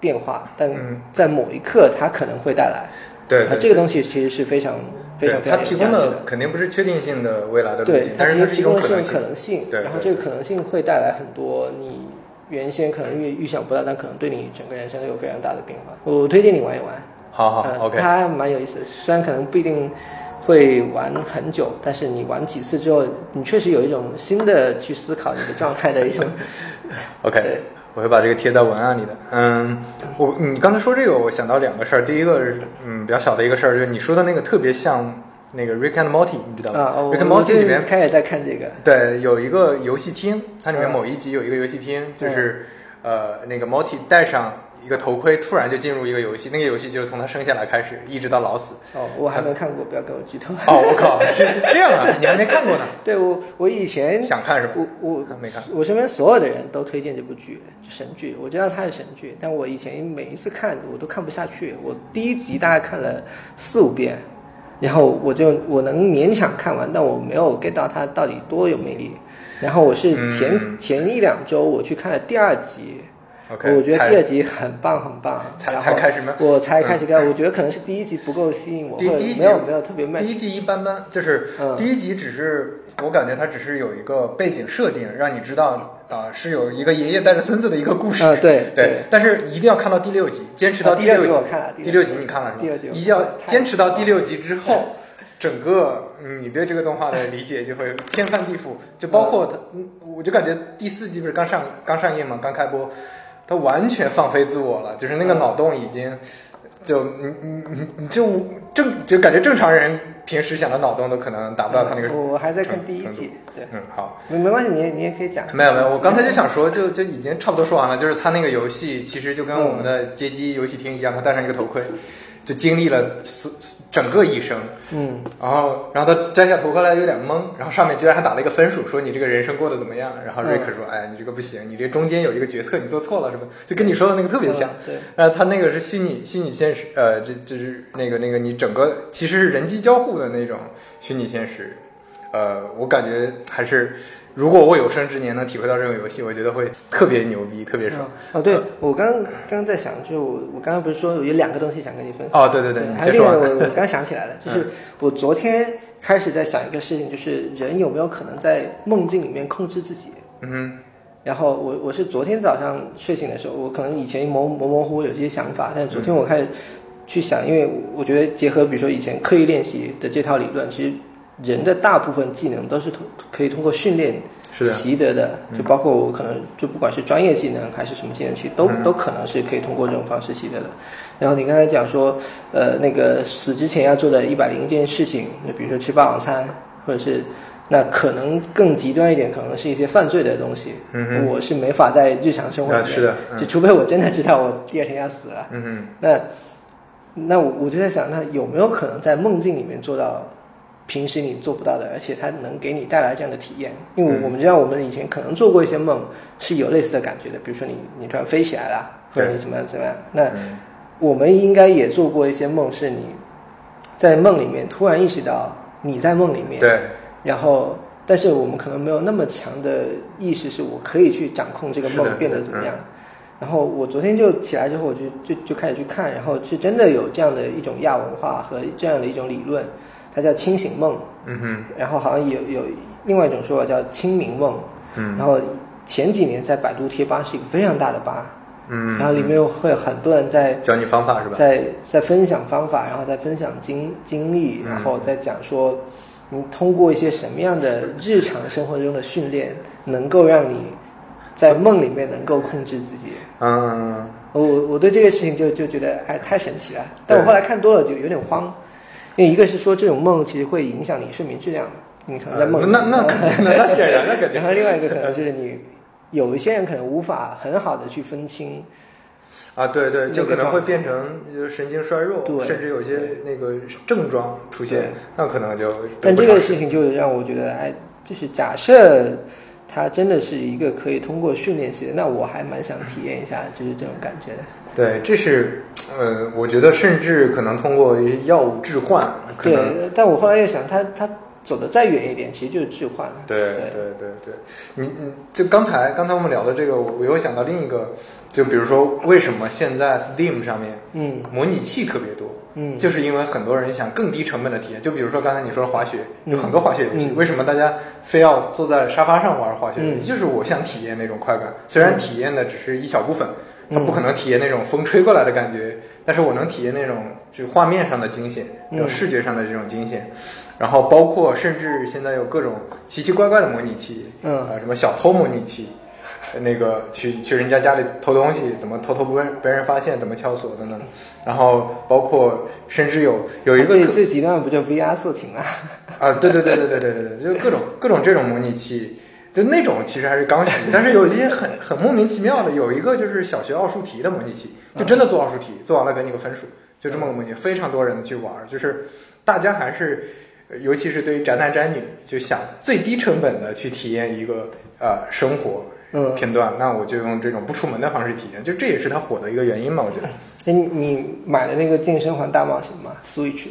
变化，但在某一刻它可能会带来。
嗯对
那
对
这个东西其实是非常非常非
对
常
它
有
提供
价值
的肯定不是确定性的未来的路
对
径，，
它
但
其
是它
实
是
提
一种
供
可
是
能
可能性，
对，
然后
对
这个可能性会带来很多你原先可能预预想不到，但可能对你整个人生都有非常大的变化。我推荐你玩一玩，
好好
呃
哦 OK，
它蛮有意思的，虽然可能不一定会玩很久，但是你玩几次之后，你确实有一种新的去思考你的状态的一
[LAUGHS]
种
OK，
对
我会把这个贴在文案里的。嗯，我你刚才说这个，我想到两个事儿。第一个是，嗯，比较小的一个事儿，就是你说的那个特别像那个 Rick and Morty，你知道吗、
啊，我
r i c
我
and
我
Morty
最
里
近
面
开始在看这个，
对，有一个游戏厅，它里面
嗯
某一集有一个游戏厅，就是、呃，那个 Morty 戴上一个头盔，突然就进入一个游戏，那个游戏就是从他生下来开始，一直到
[LAUGHS]
老死。
哦，我还没看过，不要给我剧透。
哦，我靠，是这样啊！你还没看过呢？
[LAUGHS] 对我，我以前
想看是吧
我我
没看
我身边所有的人都推荐这部剧，神剧。我知道它是神剧，但我以前每一次看我都看不下去。我第一集大概看了四五遍，然后我就我能勉强看完，但我没有 get 到它到底多有魅力。然后我是前、
嗯
前一两周我去看了第二集。
OK，
我觉得
才
第二集很棒，很棒。
才
然后
才开始吗
我才开始看，我觉得可能是第一集不够吸引我，
嗯第
或者
第一集
没有没有特别 match
第一集一般般，就是
嗯
第一集只是、我感觉它只是有一个背景设定，让你知道啊、是有一个爷爷带着孙子的一个故事。
啊对
对
对
但是一定要看到第六集，坚持到
啊
第
第六
六集。
集我看了
第
第
六
六
集
集
你看了是吧？
第六集我
一定要
看了太嗯
坚持到第六集之后。 [LAUGHS] 整个嗯你对这个动画的理解就会天翻地覆，就包括它，嗯我就感觉第四季不是刚上刚上映嘛，刚开播，它完全放飞自我了，就是那
嗯
个脑洞已经就你你你你就正就感觉正常人平时想的脑洞都可能达不到他那个程。
嗯我我还在看第一季
程
对
度嗯，好。
没没关系，你也你也可以讲。
没有没有，我刚才就想说，就就已经差不多说完了。就是他那个游戏，其实就跟
嗯
我们的街机游戏厅一样，他戴上一个头盔，就经历了所整个一生。
嗯，
然后，然后他摘下头盔来有点懵，然后上面居然还打了一个分数，说你这个人生过得怎么样？然后瑞克说：“哎，你这个不行，你这中间有一个决策你做错了，什么？”就跟你说的那个特别像。
嗯对
然后他那个是虚拟虚拟现实，呃，这这是那个那个你整个其实是人机交互的那种虚拟现实。呃，我感觉还是，如果我有生之年能体会到这种游戏，我觉得会特别牛逼，特别爽。
哦，对，我刚刚刚在想，就是我我刚刚不是说有两个东西想跟你分享。嗯
哦对对对你
还有
先
另
说
外
完嗯
我我刚想起来了，就是我昨天开始在想一个事情，就是人有没有可能在梦境里面控制自己？
嗯
然后我我是昨天早上睡醒的时候，我可能以前模模模糊糊有些想法，但是昨天
嗯
我开始去想，因为我觉得结合比如说以前刻意练习的这套理论，其实人的大部分技能都是通可以通过训练
是啊的
习得的，就
嗯
包括我可能就不管是专业技能还是什么技能，其实都、
嗯
都可能是可以通过这种方式习得的。然后你刚才讲说，呃，那个死之前要做的一百零一件事情，就比如说吃霸王餐，或者是那可能更极端一点，可能是一些犯罪的东西。
嗯哼
我是没法在日常生活里面，
啊是的嗯
就除非我真的知道我第二天要死了，
嗯嗯，
那那我我就在想，那有没有可能在梦境里面做到平时你做不到的，而且它能给你带来这样的体验？因
嗯
为我们知道，我们以前可能做过一些梦是有类似的感觉的，比如说你你突然飞起来了，或者
对
你怎么样怎么样。那
嗯
我们应该也做过一些梦，是你在梦里面突然意识到你在梦里面，
对，
然后，但是我们可能没有那么强的意识，是我可以去掌控这个
是
梦
的嗯
变得怎么样。然后我昨天就起来之后，我就就就开始去看，然后是真的有这样的一种亚文化和这样的一种理论，它叫清醒梦。
嗯哼，
然后好像有有另外一种说法叫清明梦。
嗯
然后前几年在百度贴吧是一个非常大的吧，
嗯，
然后里面会有很多人在
教你方法是吧？
在在分享方法，然后再分享经经历，
嗯
然后再讲说，你通过一些什么样的日常生活中的训练，能够让你在梦里面能够控制自己。
嗯，
我我对这个事情就就觉得哎太神奇了，但我后来看多了就有点慌，因为一个是说这种梦其实会影响你睡眠质量，你可能在梦里、
呃那那那那那显然那肯
[LAUGHS]
定
然后另外一个可能就是你有一些人可能无法很好的去分清。
啊，对对，
那
就可
个
能
状
会变成就是神经衰弱，
对
甚至有些那个症状出
对
现，那可能就
但
得
这
不
个
偿
事
失
情就是让我觉得，哎，就是假设它真的是一个可以通过训练习的，那我还蛮想体验一下，就是这种感觉的。
对，这是呃，我觉得甚至可能通过一些药物置换，可能
对，但我后来又想，他他走得再远一点，其实就是置换。
对对对对，你你就刚才刚才我们聊的这个，我我又想到另一个，就比如说为什么现在 Steam 上面
嗯
模拟器特别多，
嗯
就是因为很多人想更低成本的体验。就比如说刚才你说滑雪，有
嗯
很多滑雪游戏，
嗯
为什么大家非要坐在沙发上玩滑雪游戏？
嗯
就是我想体验那种快感，虽然体验的只是一小部分，它
嗯
不可能体验那种风吹过来的感觉，但是我能体验那种就画面上的惊险，
嗯
那种视觉上的这种惊险。然后包括甚至现在有各种奇奇怪怪的模拟器，
嗯
啊、什么小偷模拟器，那个去去人家家里偷东西，怎么偷偷不被被人发现，怎么撬锁等等，然后包括甚至有有一个
最
特
最极端的不叫 VR 色情啊？
啊，对对对对对对对对，就是各种各种这种模拟器，就那种其实还是刚需，但是有一些很很莫名其妙的，有一个就是小学奥数题的模拟器，就真的做奥数题，做完了给你个分数，就这么个模拟，非常多人去玩儿，就是大家还是。呃尤其是对于宅男宅女，就想最低成本的去体验一个呃生活
嗯
片段，那我就用这种不出门的方式体验，就这也是它火的一个原因嘛，我觉得。
[LAUGHS] 哎，你你买了那个《健身环大冒险》吗？Switch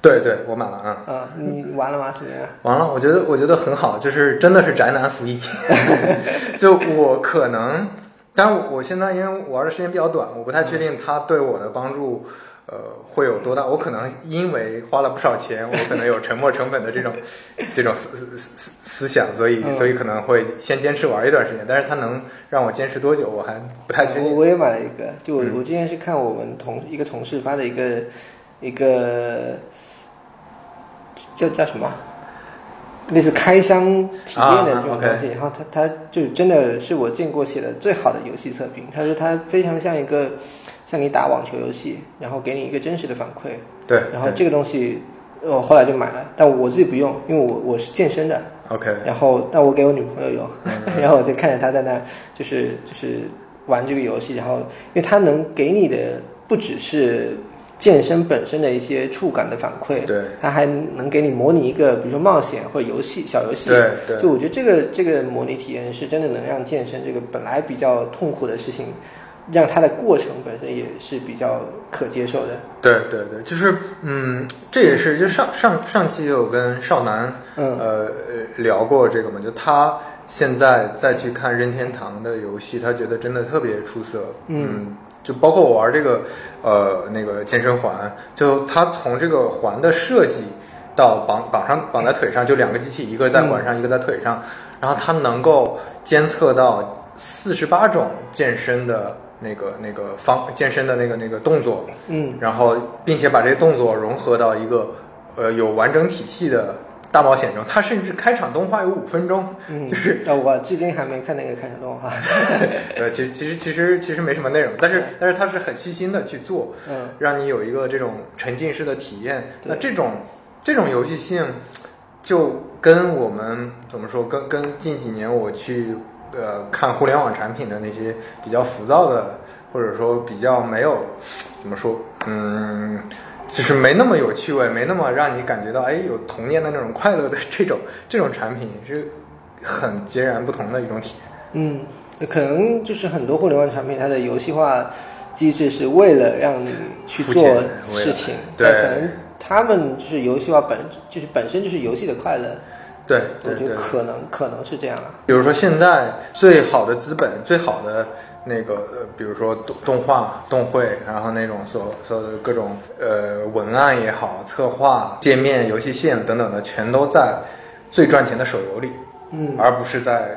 对对，我买了啊。
啊、你玩了吗？啊怎么样？
完了，我觉得我觉得很好，就是真的是宅
[LAUGHS]
男服役。就我可能，但我我现在因为玩的时间比较短，我不太确定它对我的帮助，呃，会有多大。我可能因为花了不少钱，我可能有沉没成本的
[LAUGHS]
这种这种思思思思想，所
嗯
以所以可能会先坚持玩一段时间。但是它能让我坚持多久，我还不太嗯确
啊我
定。
我也买了一个，就我、我之前是看我们同一个同事发的一个一个叫叫什么，啊类似开箱体验的这种
啊
东
，OK
西，然后他他就真的是我见过写的最好的游戏测评，他说他非常像一个像你打网球游戏，然后给你一个真实的反馈，
对，
然后
对
这个东西我后来就买了，但我自己不用，因为我我是健身的，
OK，
然后但我给我女朋友用，
嗯
[LAUGHS] 然后我就看着她在那儿就是就是玩这个游戏，然后因为它能给你的不只是健身本身的一些触感的反馈，
对
它还能给你模拟一个比如说冒险或者游戏小游戏，
对对
就我觉得这个这个模拟体验是真的能让健身这个本来比较痛苦的事情，让它的过程本身也是比较可接受的，
对对对，就是嗯，这也是就上上上期有跟少南
嗯
呃呃聊过这个嘛，就他现在再去看任天堂的游戏，他觉得真的特别出色，嗯。就包括我玩这个，呃，那个健身环，就它从这个环的设计到绑绑上绑在腿上，就两个机器，一个在环上，一个在腿上，然后它能够监测到四十八种健身的那个那个方健身的那个那个动作，
嗯。
然后并且把这些动作融合到一个呃有完整体系的大冒险中。它甚至开场动画有五分钟，
嗯，
就是
呃，我至今还没看那个开场动画。
呃，其实其实其实其实没什么内容，但是但是它是很细心的去做，
嗯，
让你有一个这种沉浸式的体验。
对
那这种这种游戏性，就跟我们怎么说，跟跟近几年我去呃看互联网产品的那些比较浮躁的，或者说比较没有怎么说，嗯。就是没那么有趣味，没那么让你感觉到哎有童年的那种快乐的这种这种产品是很截然不同的一种体验。
嗯，可能就是很多互联网产品，它的游戏化机制是为了让你去
付
做
钱为了
事情，
对
但可能他们就是游戏化本就是本身就是游戏的快乐，
对
我
对
觉得
对，
可能可能是这样啊。
比如说现在最好的资本、最好的那个，呃比如说动动画、动绘，然后那种所所有的各种呃文案也好、策划、界面、游戏性等等的，全都在最赚钱的手游里，
嗯
而不是在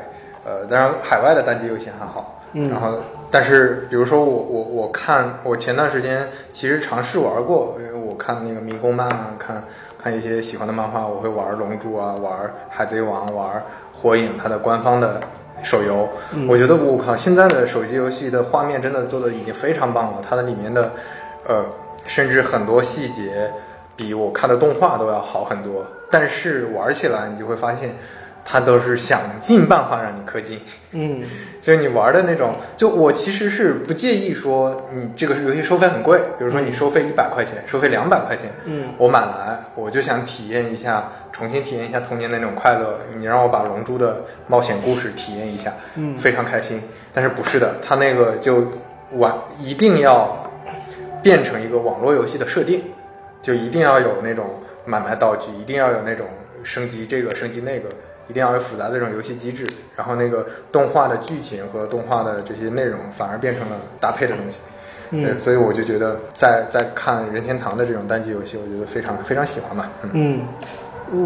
呃，当然海外的单机游戏还好，
嗯
然后但是比如说我我我看我前段时间其实尝试玩过，因为我看那个迷宫漫啊，看看一些喜欢的漫画，我会玩龙珠啊，玩海贼王，玩火影它的官方的。手游，我觉得我靠，现在的手机游戏的画面真的做的已经非常棒了，它的里面的，呃，甚至很多细节比我看的动画都要好很多。但是玩起来你就会发现，它都是想尽办法让你氪金， [LAUGHS]
嗯
就是你玩的那种。就我其实是不介意说你这个游戏收费很贵，比如说你收费一百块钱，收费两百块钱，
嗯，
我买来我就想体验一下，重新体验一下童年那种快乐。你让我把龙珠的冒险故事体验一下，
嗯
非常开心。但是不是的，它那个就玩一定要。变成一个网络游戏的设定，就一定要有那种买卖道具，一定要有那种升级这个升级那个，一定要有复杂的这种游戏机制。然后那个动画的剧情和动画的这些内容反而变成了搭配的东西。对，所以我就觉得在在看任天堂的这种单机游戏，我觉得非常非常喜欢吧。嗯，
嗯，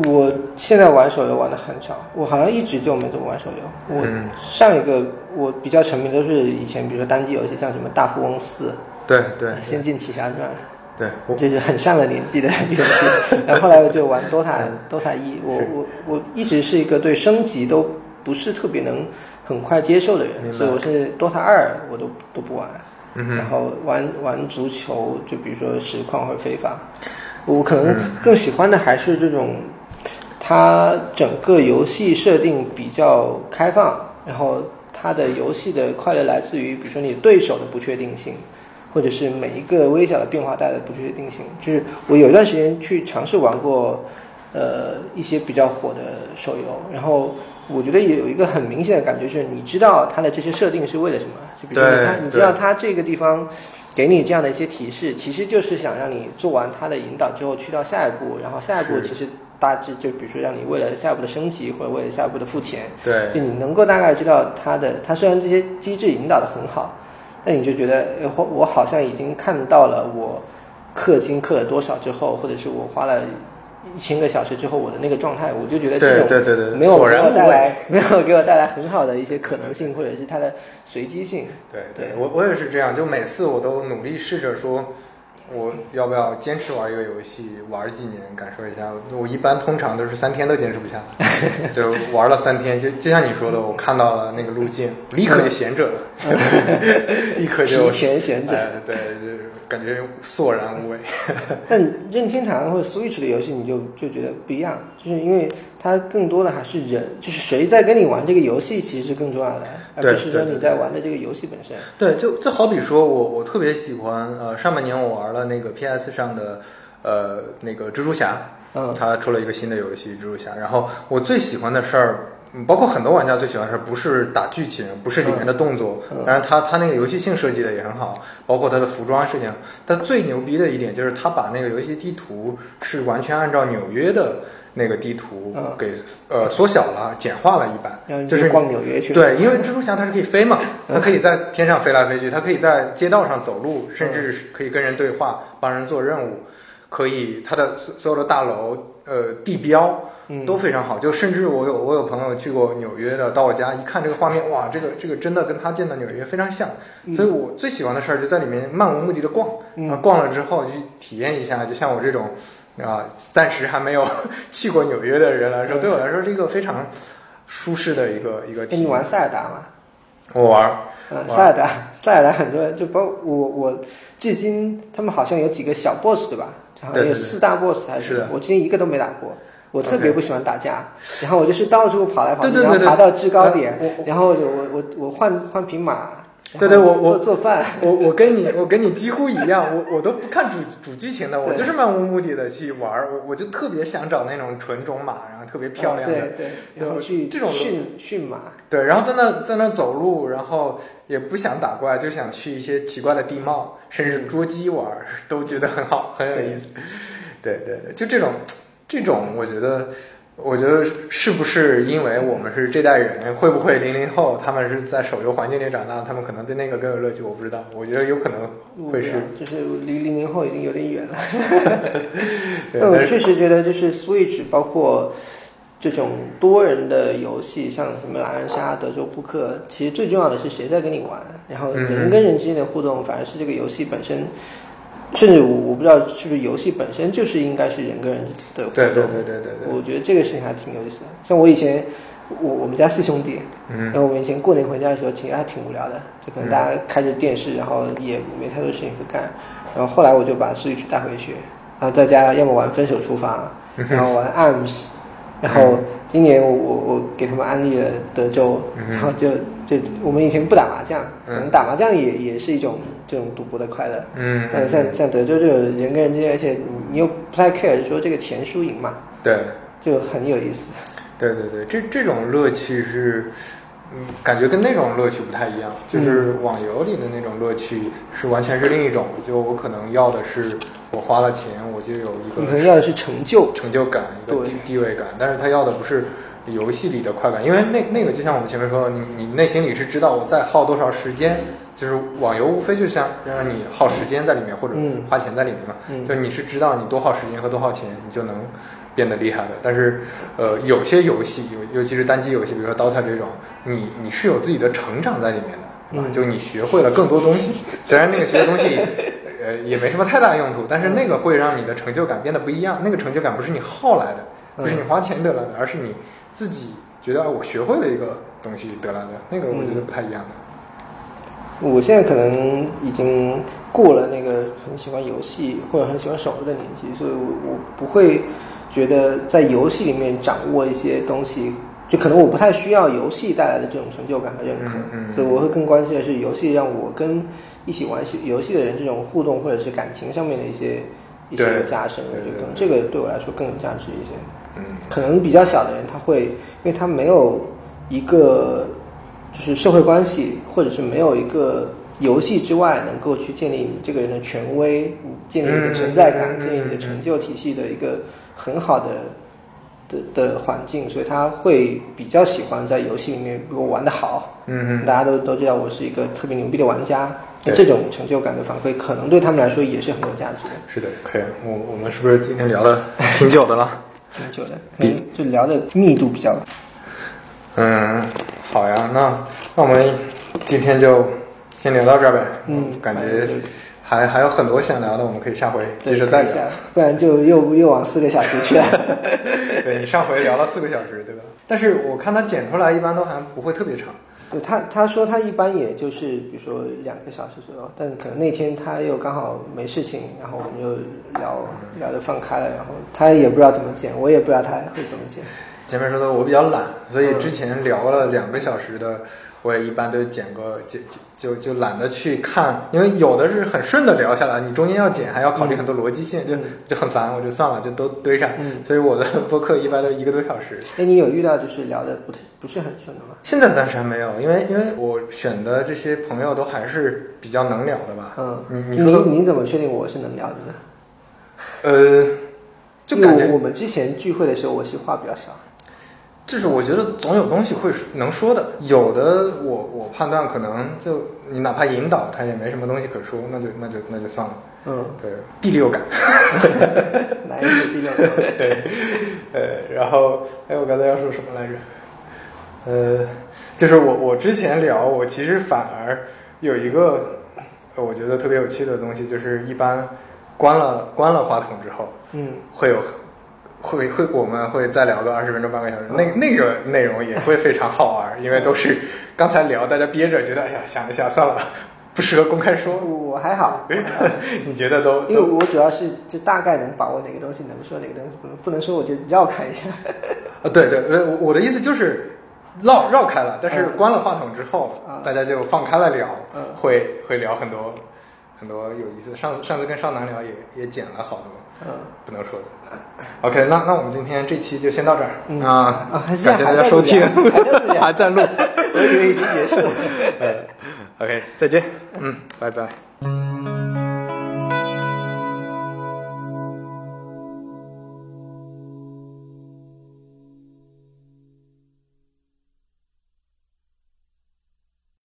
我现在玩手游玩的很少，我好像一直就没怎么玩手游。我
嗯
上一个我比较沉迷都是以前，比如说单机游戏，像什么《大富翁四
对对》
《仙剑奇侠传
对，我》，
这是很上了年纪的游戏。然后后来我就玩 DOTA
嗯
DOTA 一，我我我一直是一个对升级都不是特别能很快接受的人，
明白
所以我是 DOTA 二我都都不玩。
嗯哼
然后玩玩足球，就比如说实况或者非法，
嗯
我可能更喜欢的还是这种，它整个游戏设定比较开放，然后它的游戏的快乐来自于，比如说你对手的不确定性，或者是每一个微小的变化带来的不确定性。就是我有一段时间去尝试玩过，呃，一些比较火的手游，然后。我觉得也有一个很明显的感觉，就是你知道它的这些设定是为了什么，就比如说
对
它，你知道
对
它这个地方给你这样的一些提示，其实就是想让你做完它的引导之后去到下一步，然后下一步
是
其实大致就比如说让你为了下一步的升级或者为了下一步的付钱，
对
就你能够大概知道它的，它虽然这些机制引导的很好，那你就觉得呃我我好像已经看到了我氪金氪了多少之后，或者是我花了。一千个小时之后，我的那个状态，我就觉得这种
对对对对
没有给
索然
我带
无味
来没有给我带来很好的一些可能性，或者是它的随机性。
对
对
对，我我也是这样，就每次我都努力试着说，我要不要坚持玩一个游戏，玩几年，感受一下。我一般通常都是三天都坚持
[LAUGHS]
不下来，就玩了三天，就就像你说的，我看到了那个路径，立刻就贤者了， [LAUGHS] 立刻就
嗯提前贤者
哎对，就是感觉索然无味。
但任天堂或者 Switch 的游戏，你就就觉得不一样，就是因为它更多的还是人，就是谁在跟你玩这个游戏，其实是更重要的，而不
对
是说
对对
你在玩的这个游戏本身。
对，就就好比说我我特别喜欢，呃，上半年我玩了那个 PS 上的，呃，那个蜘蛛侠，
嗯
它出了一个新的游戏蜘蛛侠，然后我最喜欢的事儿。嗯包括很多玩家最喜欢的事儿不是打剧情，不是里面
嗯
的动作，当然它它那个游戏性设计的也很好，包括它的服装设计。啊但最牛逼的一点就是它把那个游戏地图是完全按照纽约的那个地图
嗯
给、呃缩小了、简化了一
然后
版，
你
就是
逛纽约去了
对，因为蜘蛛侠它是可以飞嘛，它可以
嗯
在天上飞来飞去，它可以在街道上走路，甚
嗯
至是可以跟人对话，帮人做任务，可以它的所所有的大楼呃地标
嗯
都非常好。就甚至我有我有朋友去过纽约的，到我家一看这个画面，哇，这个这个真的跟他见到纽约非常像。
嗯
所以我最喜欢的事儿就在里面漫无目的的逛，然后逛了之后去体验一下，就像我这种。啊，暂时还没有 [LAUGHS] 去过纽约的人来说，对我来说是一个非常舒适的一个一个体
嗯跟你
验。
玩塞尔达嘛，
我玩儿，
嗯，
玩
塞尔达，塞尔达很多人就包括我我至今他们好像有几个小 boss 对吧？好像
对
有
对对
四大 boss 还
是的
我至今一个都没打过。我特别不喜欢打架然后我就是到处跑来跑去，
对对对对
然后爬到制高点
我，我
然后我我我我换换匹马，然后
对对我我
做饭，
我我跟你我跟你几乎一样，我我都不看主主剧情的，我
对
就是漫无目的的去玩儿，我我就特别想找那种纯种马，然后特别漂亮的，
对对，然后去
这种
驯驯马，
对，然后在那在那走路，然后也不想打怪，就想去一些奇怪的地貌，甚
嗯
至捉鸡玩儿， [LAUGHS] 都觉得很好，很有意思。 [LAUGHS] 对对对，就这种这种，我觉得。我觉得是不是因为我们是这代人，会不会零零后他们是在手游环境里长大，他们可能对那个更有乐趣？我不知道，我觉得有可能会是
我不知道就是离零零后已经有点远了。
对
[LAUGHS] 但我
但是
确实觉得，就是 Switch 包括这种多人的游戏，像什么狼人杀、德州扑克，其实最重要的是谁在跟你玩，然后
嗯
人跟人之间的互动，反而是这个游戏本身。甚至我我不知道是不是游戏本身就是应该是人跟人的互动，
对对对对对对
我觉得这个事情还挺有意思的。像我以前，我我们家四兄弟，嗯，然后我们以前过年回家的时候，其实还挺无聊的，就
嗯
可能大家开着电视，然后也没太多事情可干。然后后来我就把 Switch 带回去，然后在家要么玩《分手厨房》，
嗯
然后玩 ARMS，然后今年我我我给他们安利了德州，
嗯
然后就就我们以前不打麻将，可能打麻将也也是一种这种赌博的快乐，
嗯
但是像像德州这种人跟人之间，而且你又不太 care 说这个钱输赢嘛，
对
就很有意思。
对对对，这这种乐趣是嗯，感觉跟那种乐趣不太一样，就是
嗯
网游里的那种乐趣是完全是另一种。就我可能要的是，我花了钱，我就有
你可
一
能
个
要的是成就，
成就感，一个
嗯对
地地位感，但是他要的不是游戏里的快感，因为那那个就像我们前面说，的，你你内心里是知道我在耗多少时间，就是网游无非就像让你耗时间在里面或者
嗯
花钱在里面嘛，
嗯
就你是知道你多耗时间和多耗钱，你就能变得厉害的。但是呃，有些游戏，尤尤其是单机游戏，比如说 DOTA 这种，你你是有自己的成长在里面的。是吧
嗯
就你学会了更多东西，虽然那个学的东西 [LAUGHS] 呃，也没什么太大用途，但是那个会让你的成就感变得不一样。那个成就感不是你耗来的，不是你花钱得来的，而是你自己觉得啊我学会了一个东西得来的，那个我觉得不太一样的。
我现在可能已经过了那个很喜欢游戏或者很喜欢手游的年纪，所以我我不会觉得在游戏里面掌握一些东西，就可能我不太需要游戏带来的这种成就感和认可，
嗯嗯
所以我会更关心的是游戏让我跟一起玩游戏的人这种互动或者是感情上面的一些一些
对
加深，我觉
对
得可
对
能这个对我来说更有价值一些。
嗯
可能比较小的人，他会，因为他没有一个就是社会关系，或者是没有一个游戏之外能够去建立你这个人的权威，你建立你的存在感，
嗯嗯嗯嗯
建立你的成就体系的一个很好的的的环境，所以他会比较喜欢在游戏里面，如果玩得好，
嗯
大家都都知道我是一个特别牛逼的玩家，那
对
这种成就感的反馈，可能对他们来说也是很有价值的，
是的，可以。我我们是不是今天聊的 [LAUGHS] 挺久的了？
挺久的，可能就聊的密度比较
嗯，好呀，那那我们今天就先聊到这儿呗。
嗯
感
反正
觉
就是
还还有很多想聊的，我们可以下回接着再
对
聊
看一。下不然就又又往四个小时去了。
[LAUGHS] 对你上回聊了四个小时，对吧？但是我看他剪出来一般都还不会特别长。
对他他说他一般也就是比如说两个小时左右，但可能那天他又刚好没事情，然后我们就聊聊就放开了，然后他也不知道怎么剪，我也不知道他会怎么剪。
前面说的我比较懒，所
嗯
以之前聊了两个小时的，我也一般都剪个剪剪就就懒得去看，因为有的是很顺的聊下来，你中间要剪还要考虑很多逻辑性，就就很烦，我就算了，就都堆上。
嗯
所以我的 [LAUGHS] 播客一般都一个多小时。
哎，你有遇到就是聊的不不是很顺的吗？
现在暂时还没有，因为因为我选的这些朋友都还是比较能聊的吧。
嗯，
你
你
你说
你怎么确定我是能聊的呢？
呃，就感
因
觉
为我们之前聚会的时候，我其实话比较少。
就是我觉得总有东西会说能说的，有的我我判断可能就你哪怕引导他也没什么东西可说，那就那就那就算了。 [LAUGHS]
嗯，
对，第六感。
来一个第六个。
[LAUGHS] 对，呃，然后哎，我刚才要说什么来着？呃，就是我我之前聊，我其实反而有一个呃我觉得特别有趣的东西，就是一般关了关了话筒之后，
嗯，
会有会会我们会再聊个二十分钟半个小时，
嗯
那那个内容也会非常好玩，因为都是刚才聊大家憋着，觉得哎呀想了想算了，不适合公开说 [LAUGHS]
我，我还好，
你觉得都
因为
都
我主要是就大概能把握哪个东西能说，哪个东西不能，不能说我就绕开一下。
啊，对对，呃我我的意思就是绕绕开了，但是
嗯
关了话筒之后，
啊
大家就放开了聊，
嗯
会会聊很多很多有意思的。上次上次跟少南聊也也剪了好多
嗯
不能说的。OK，那那我们今天这期就先到这儿、
嗯
啊
啊还，是
感谢大家收听，
还在
[LAUGHS]
录呀
还在录，
我以为已经结束了。
OK，再见，嗯，拜拜。